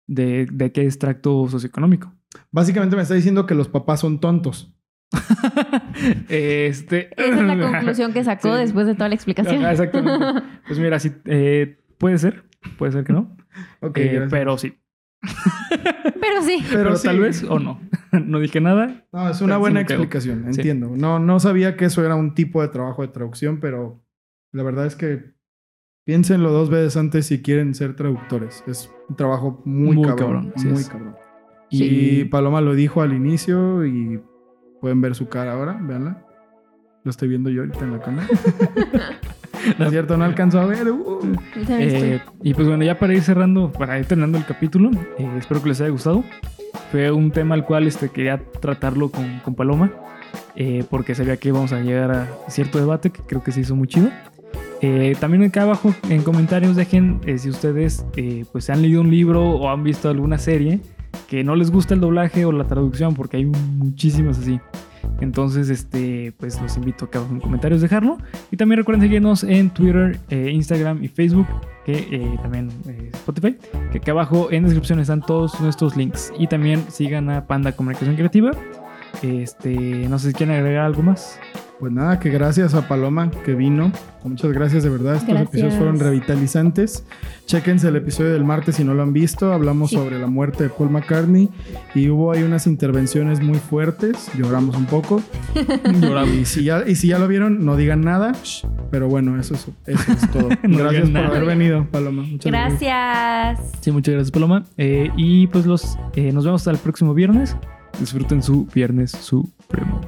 Speaker 1: de, de qué extracto socioeconómico.
Speaker 2: Básicamente me está diciendo que los papás son tontos.
Speaker 1: este...
Speaker 3: Esa es la conclusión que sacó
Speaker 1: Sí.
Speaker 3: después de toda la explicación.
Speaker 1: Ajá, exactamente. Pues mira, sí, eh, puede ser, puede ser que no,
Speaker 2: Ok,
Speaker 1: eh,
Speaker 2: gracias.
Speaker 1: pero sí.
Speaker 3: Pero sí.
Speaker 1: Pero,
Speaker 2: Pero sí.
Speaker 1: tal vez o no. no dije nada.
Speaker 2: No, es
Speaker 1: pero
Speaker 2: una
Speaker 1: sí
Speaker 2: buena
Speaker 1: me pegó.
Speaker 2: explicación,
Speaker 1: Sí.
Speaker 2: entiendo. No, no sabía que eso era un tipo de trabajo de traducción, pero la verdad es que piénsenlo dos veces antes si quieren ser traductores. Es un trabajo muy,
Speaker 1: Muy
Speaker 2: cabrón,
Speaker 1: cabrón, sí
Speaker 2: muy
Speaker 1: es.
Speaker 2: cabrón.
Speaker 1: Sí.
Speaker 2: Y Paloma lo dijo al inicio y pueden ver su cara ahora, véanla. Lo estoy viendo yo ahorita en la cámara. no es cierto, no alcanzo a ver. uh.
Speaker 3: Yo también estoy-
Speaker 1: Eh, y pues bueno, ya para ir cerrando, para ir terminando el capítulo, eh, espero que les haya gustado. Fue un tema al cual este, quería tratarlo con, con Paloma, eh, porque sabía que íbamos a llegar a cierto debate que creo que se hizo muy chido. Eh, también acá abajo en comentarios dejen eh, si ustedes eh, pues han leído un libro o han visto alguna serie que no les gusta el doblaje o la traducción, porque hay muchísimas así. Entonces, este, pues los invito acá abajo en comentarios a dejarlo. Y también recuerden seguirnos en Twitter, eh, Instagram y Facebook, que eh, también eh, Spotify, que acá abajo en descripción están todos nuestros links. Y también sigan a Panda Comunicación Creativa. Este, no sé si quieren agregar algo más.
Speaker 2: Pues nada, que gracias a Paloma que vino. Muchas gracias de verdad. Estos
Speaker 3: Gracias.
Speaker 2: episodios fueron revitalizantes. Chéquense el episodio del martes si no lo han visto. Hablamos
Speaker 3: Sí.
Speaker 2: sobre la muerte de Paul McCartney y hubo ahí unas intervenciones muy fuertes. Lloramos un poco. Y si ya, y si ya lo vieron, no digan nada. Shh. Pero bueno, eso es, eso es todo.
Speaker 1: No digan
Speaker 2: gracias por
Speaker 1: nada.
Speaker 2: haber venido, Paloma. Muchas
Speaker 3: Gracias.
Speaker 1: Sí, muchas gracias, Paloma. Eh, y pues los, eh, nos vemos hasta el próximo viernes. Disfruten su viernes supremo.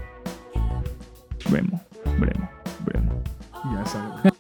Speaker 1: Bremo, bremo, bremo.
Speaker 2: Ya saben.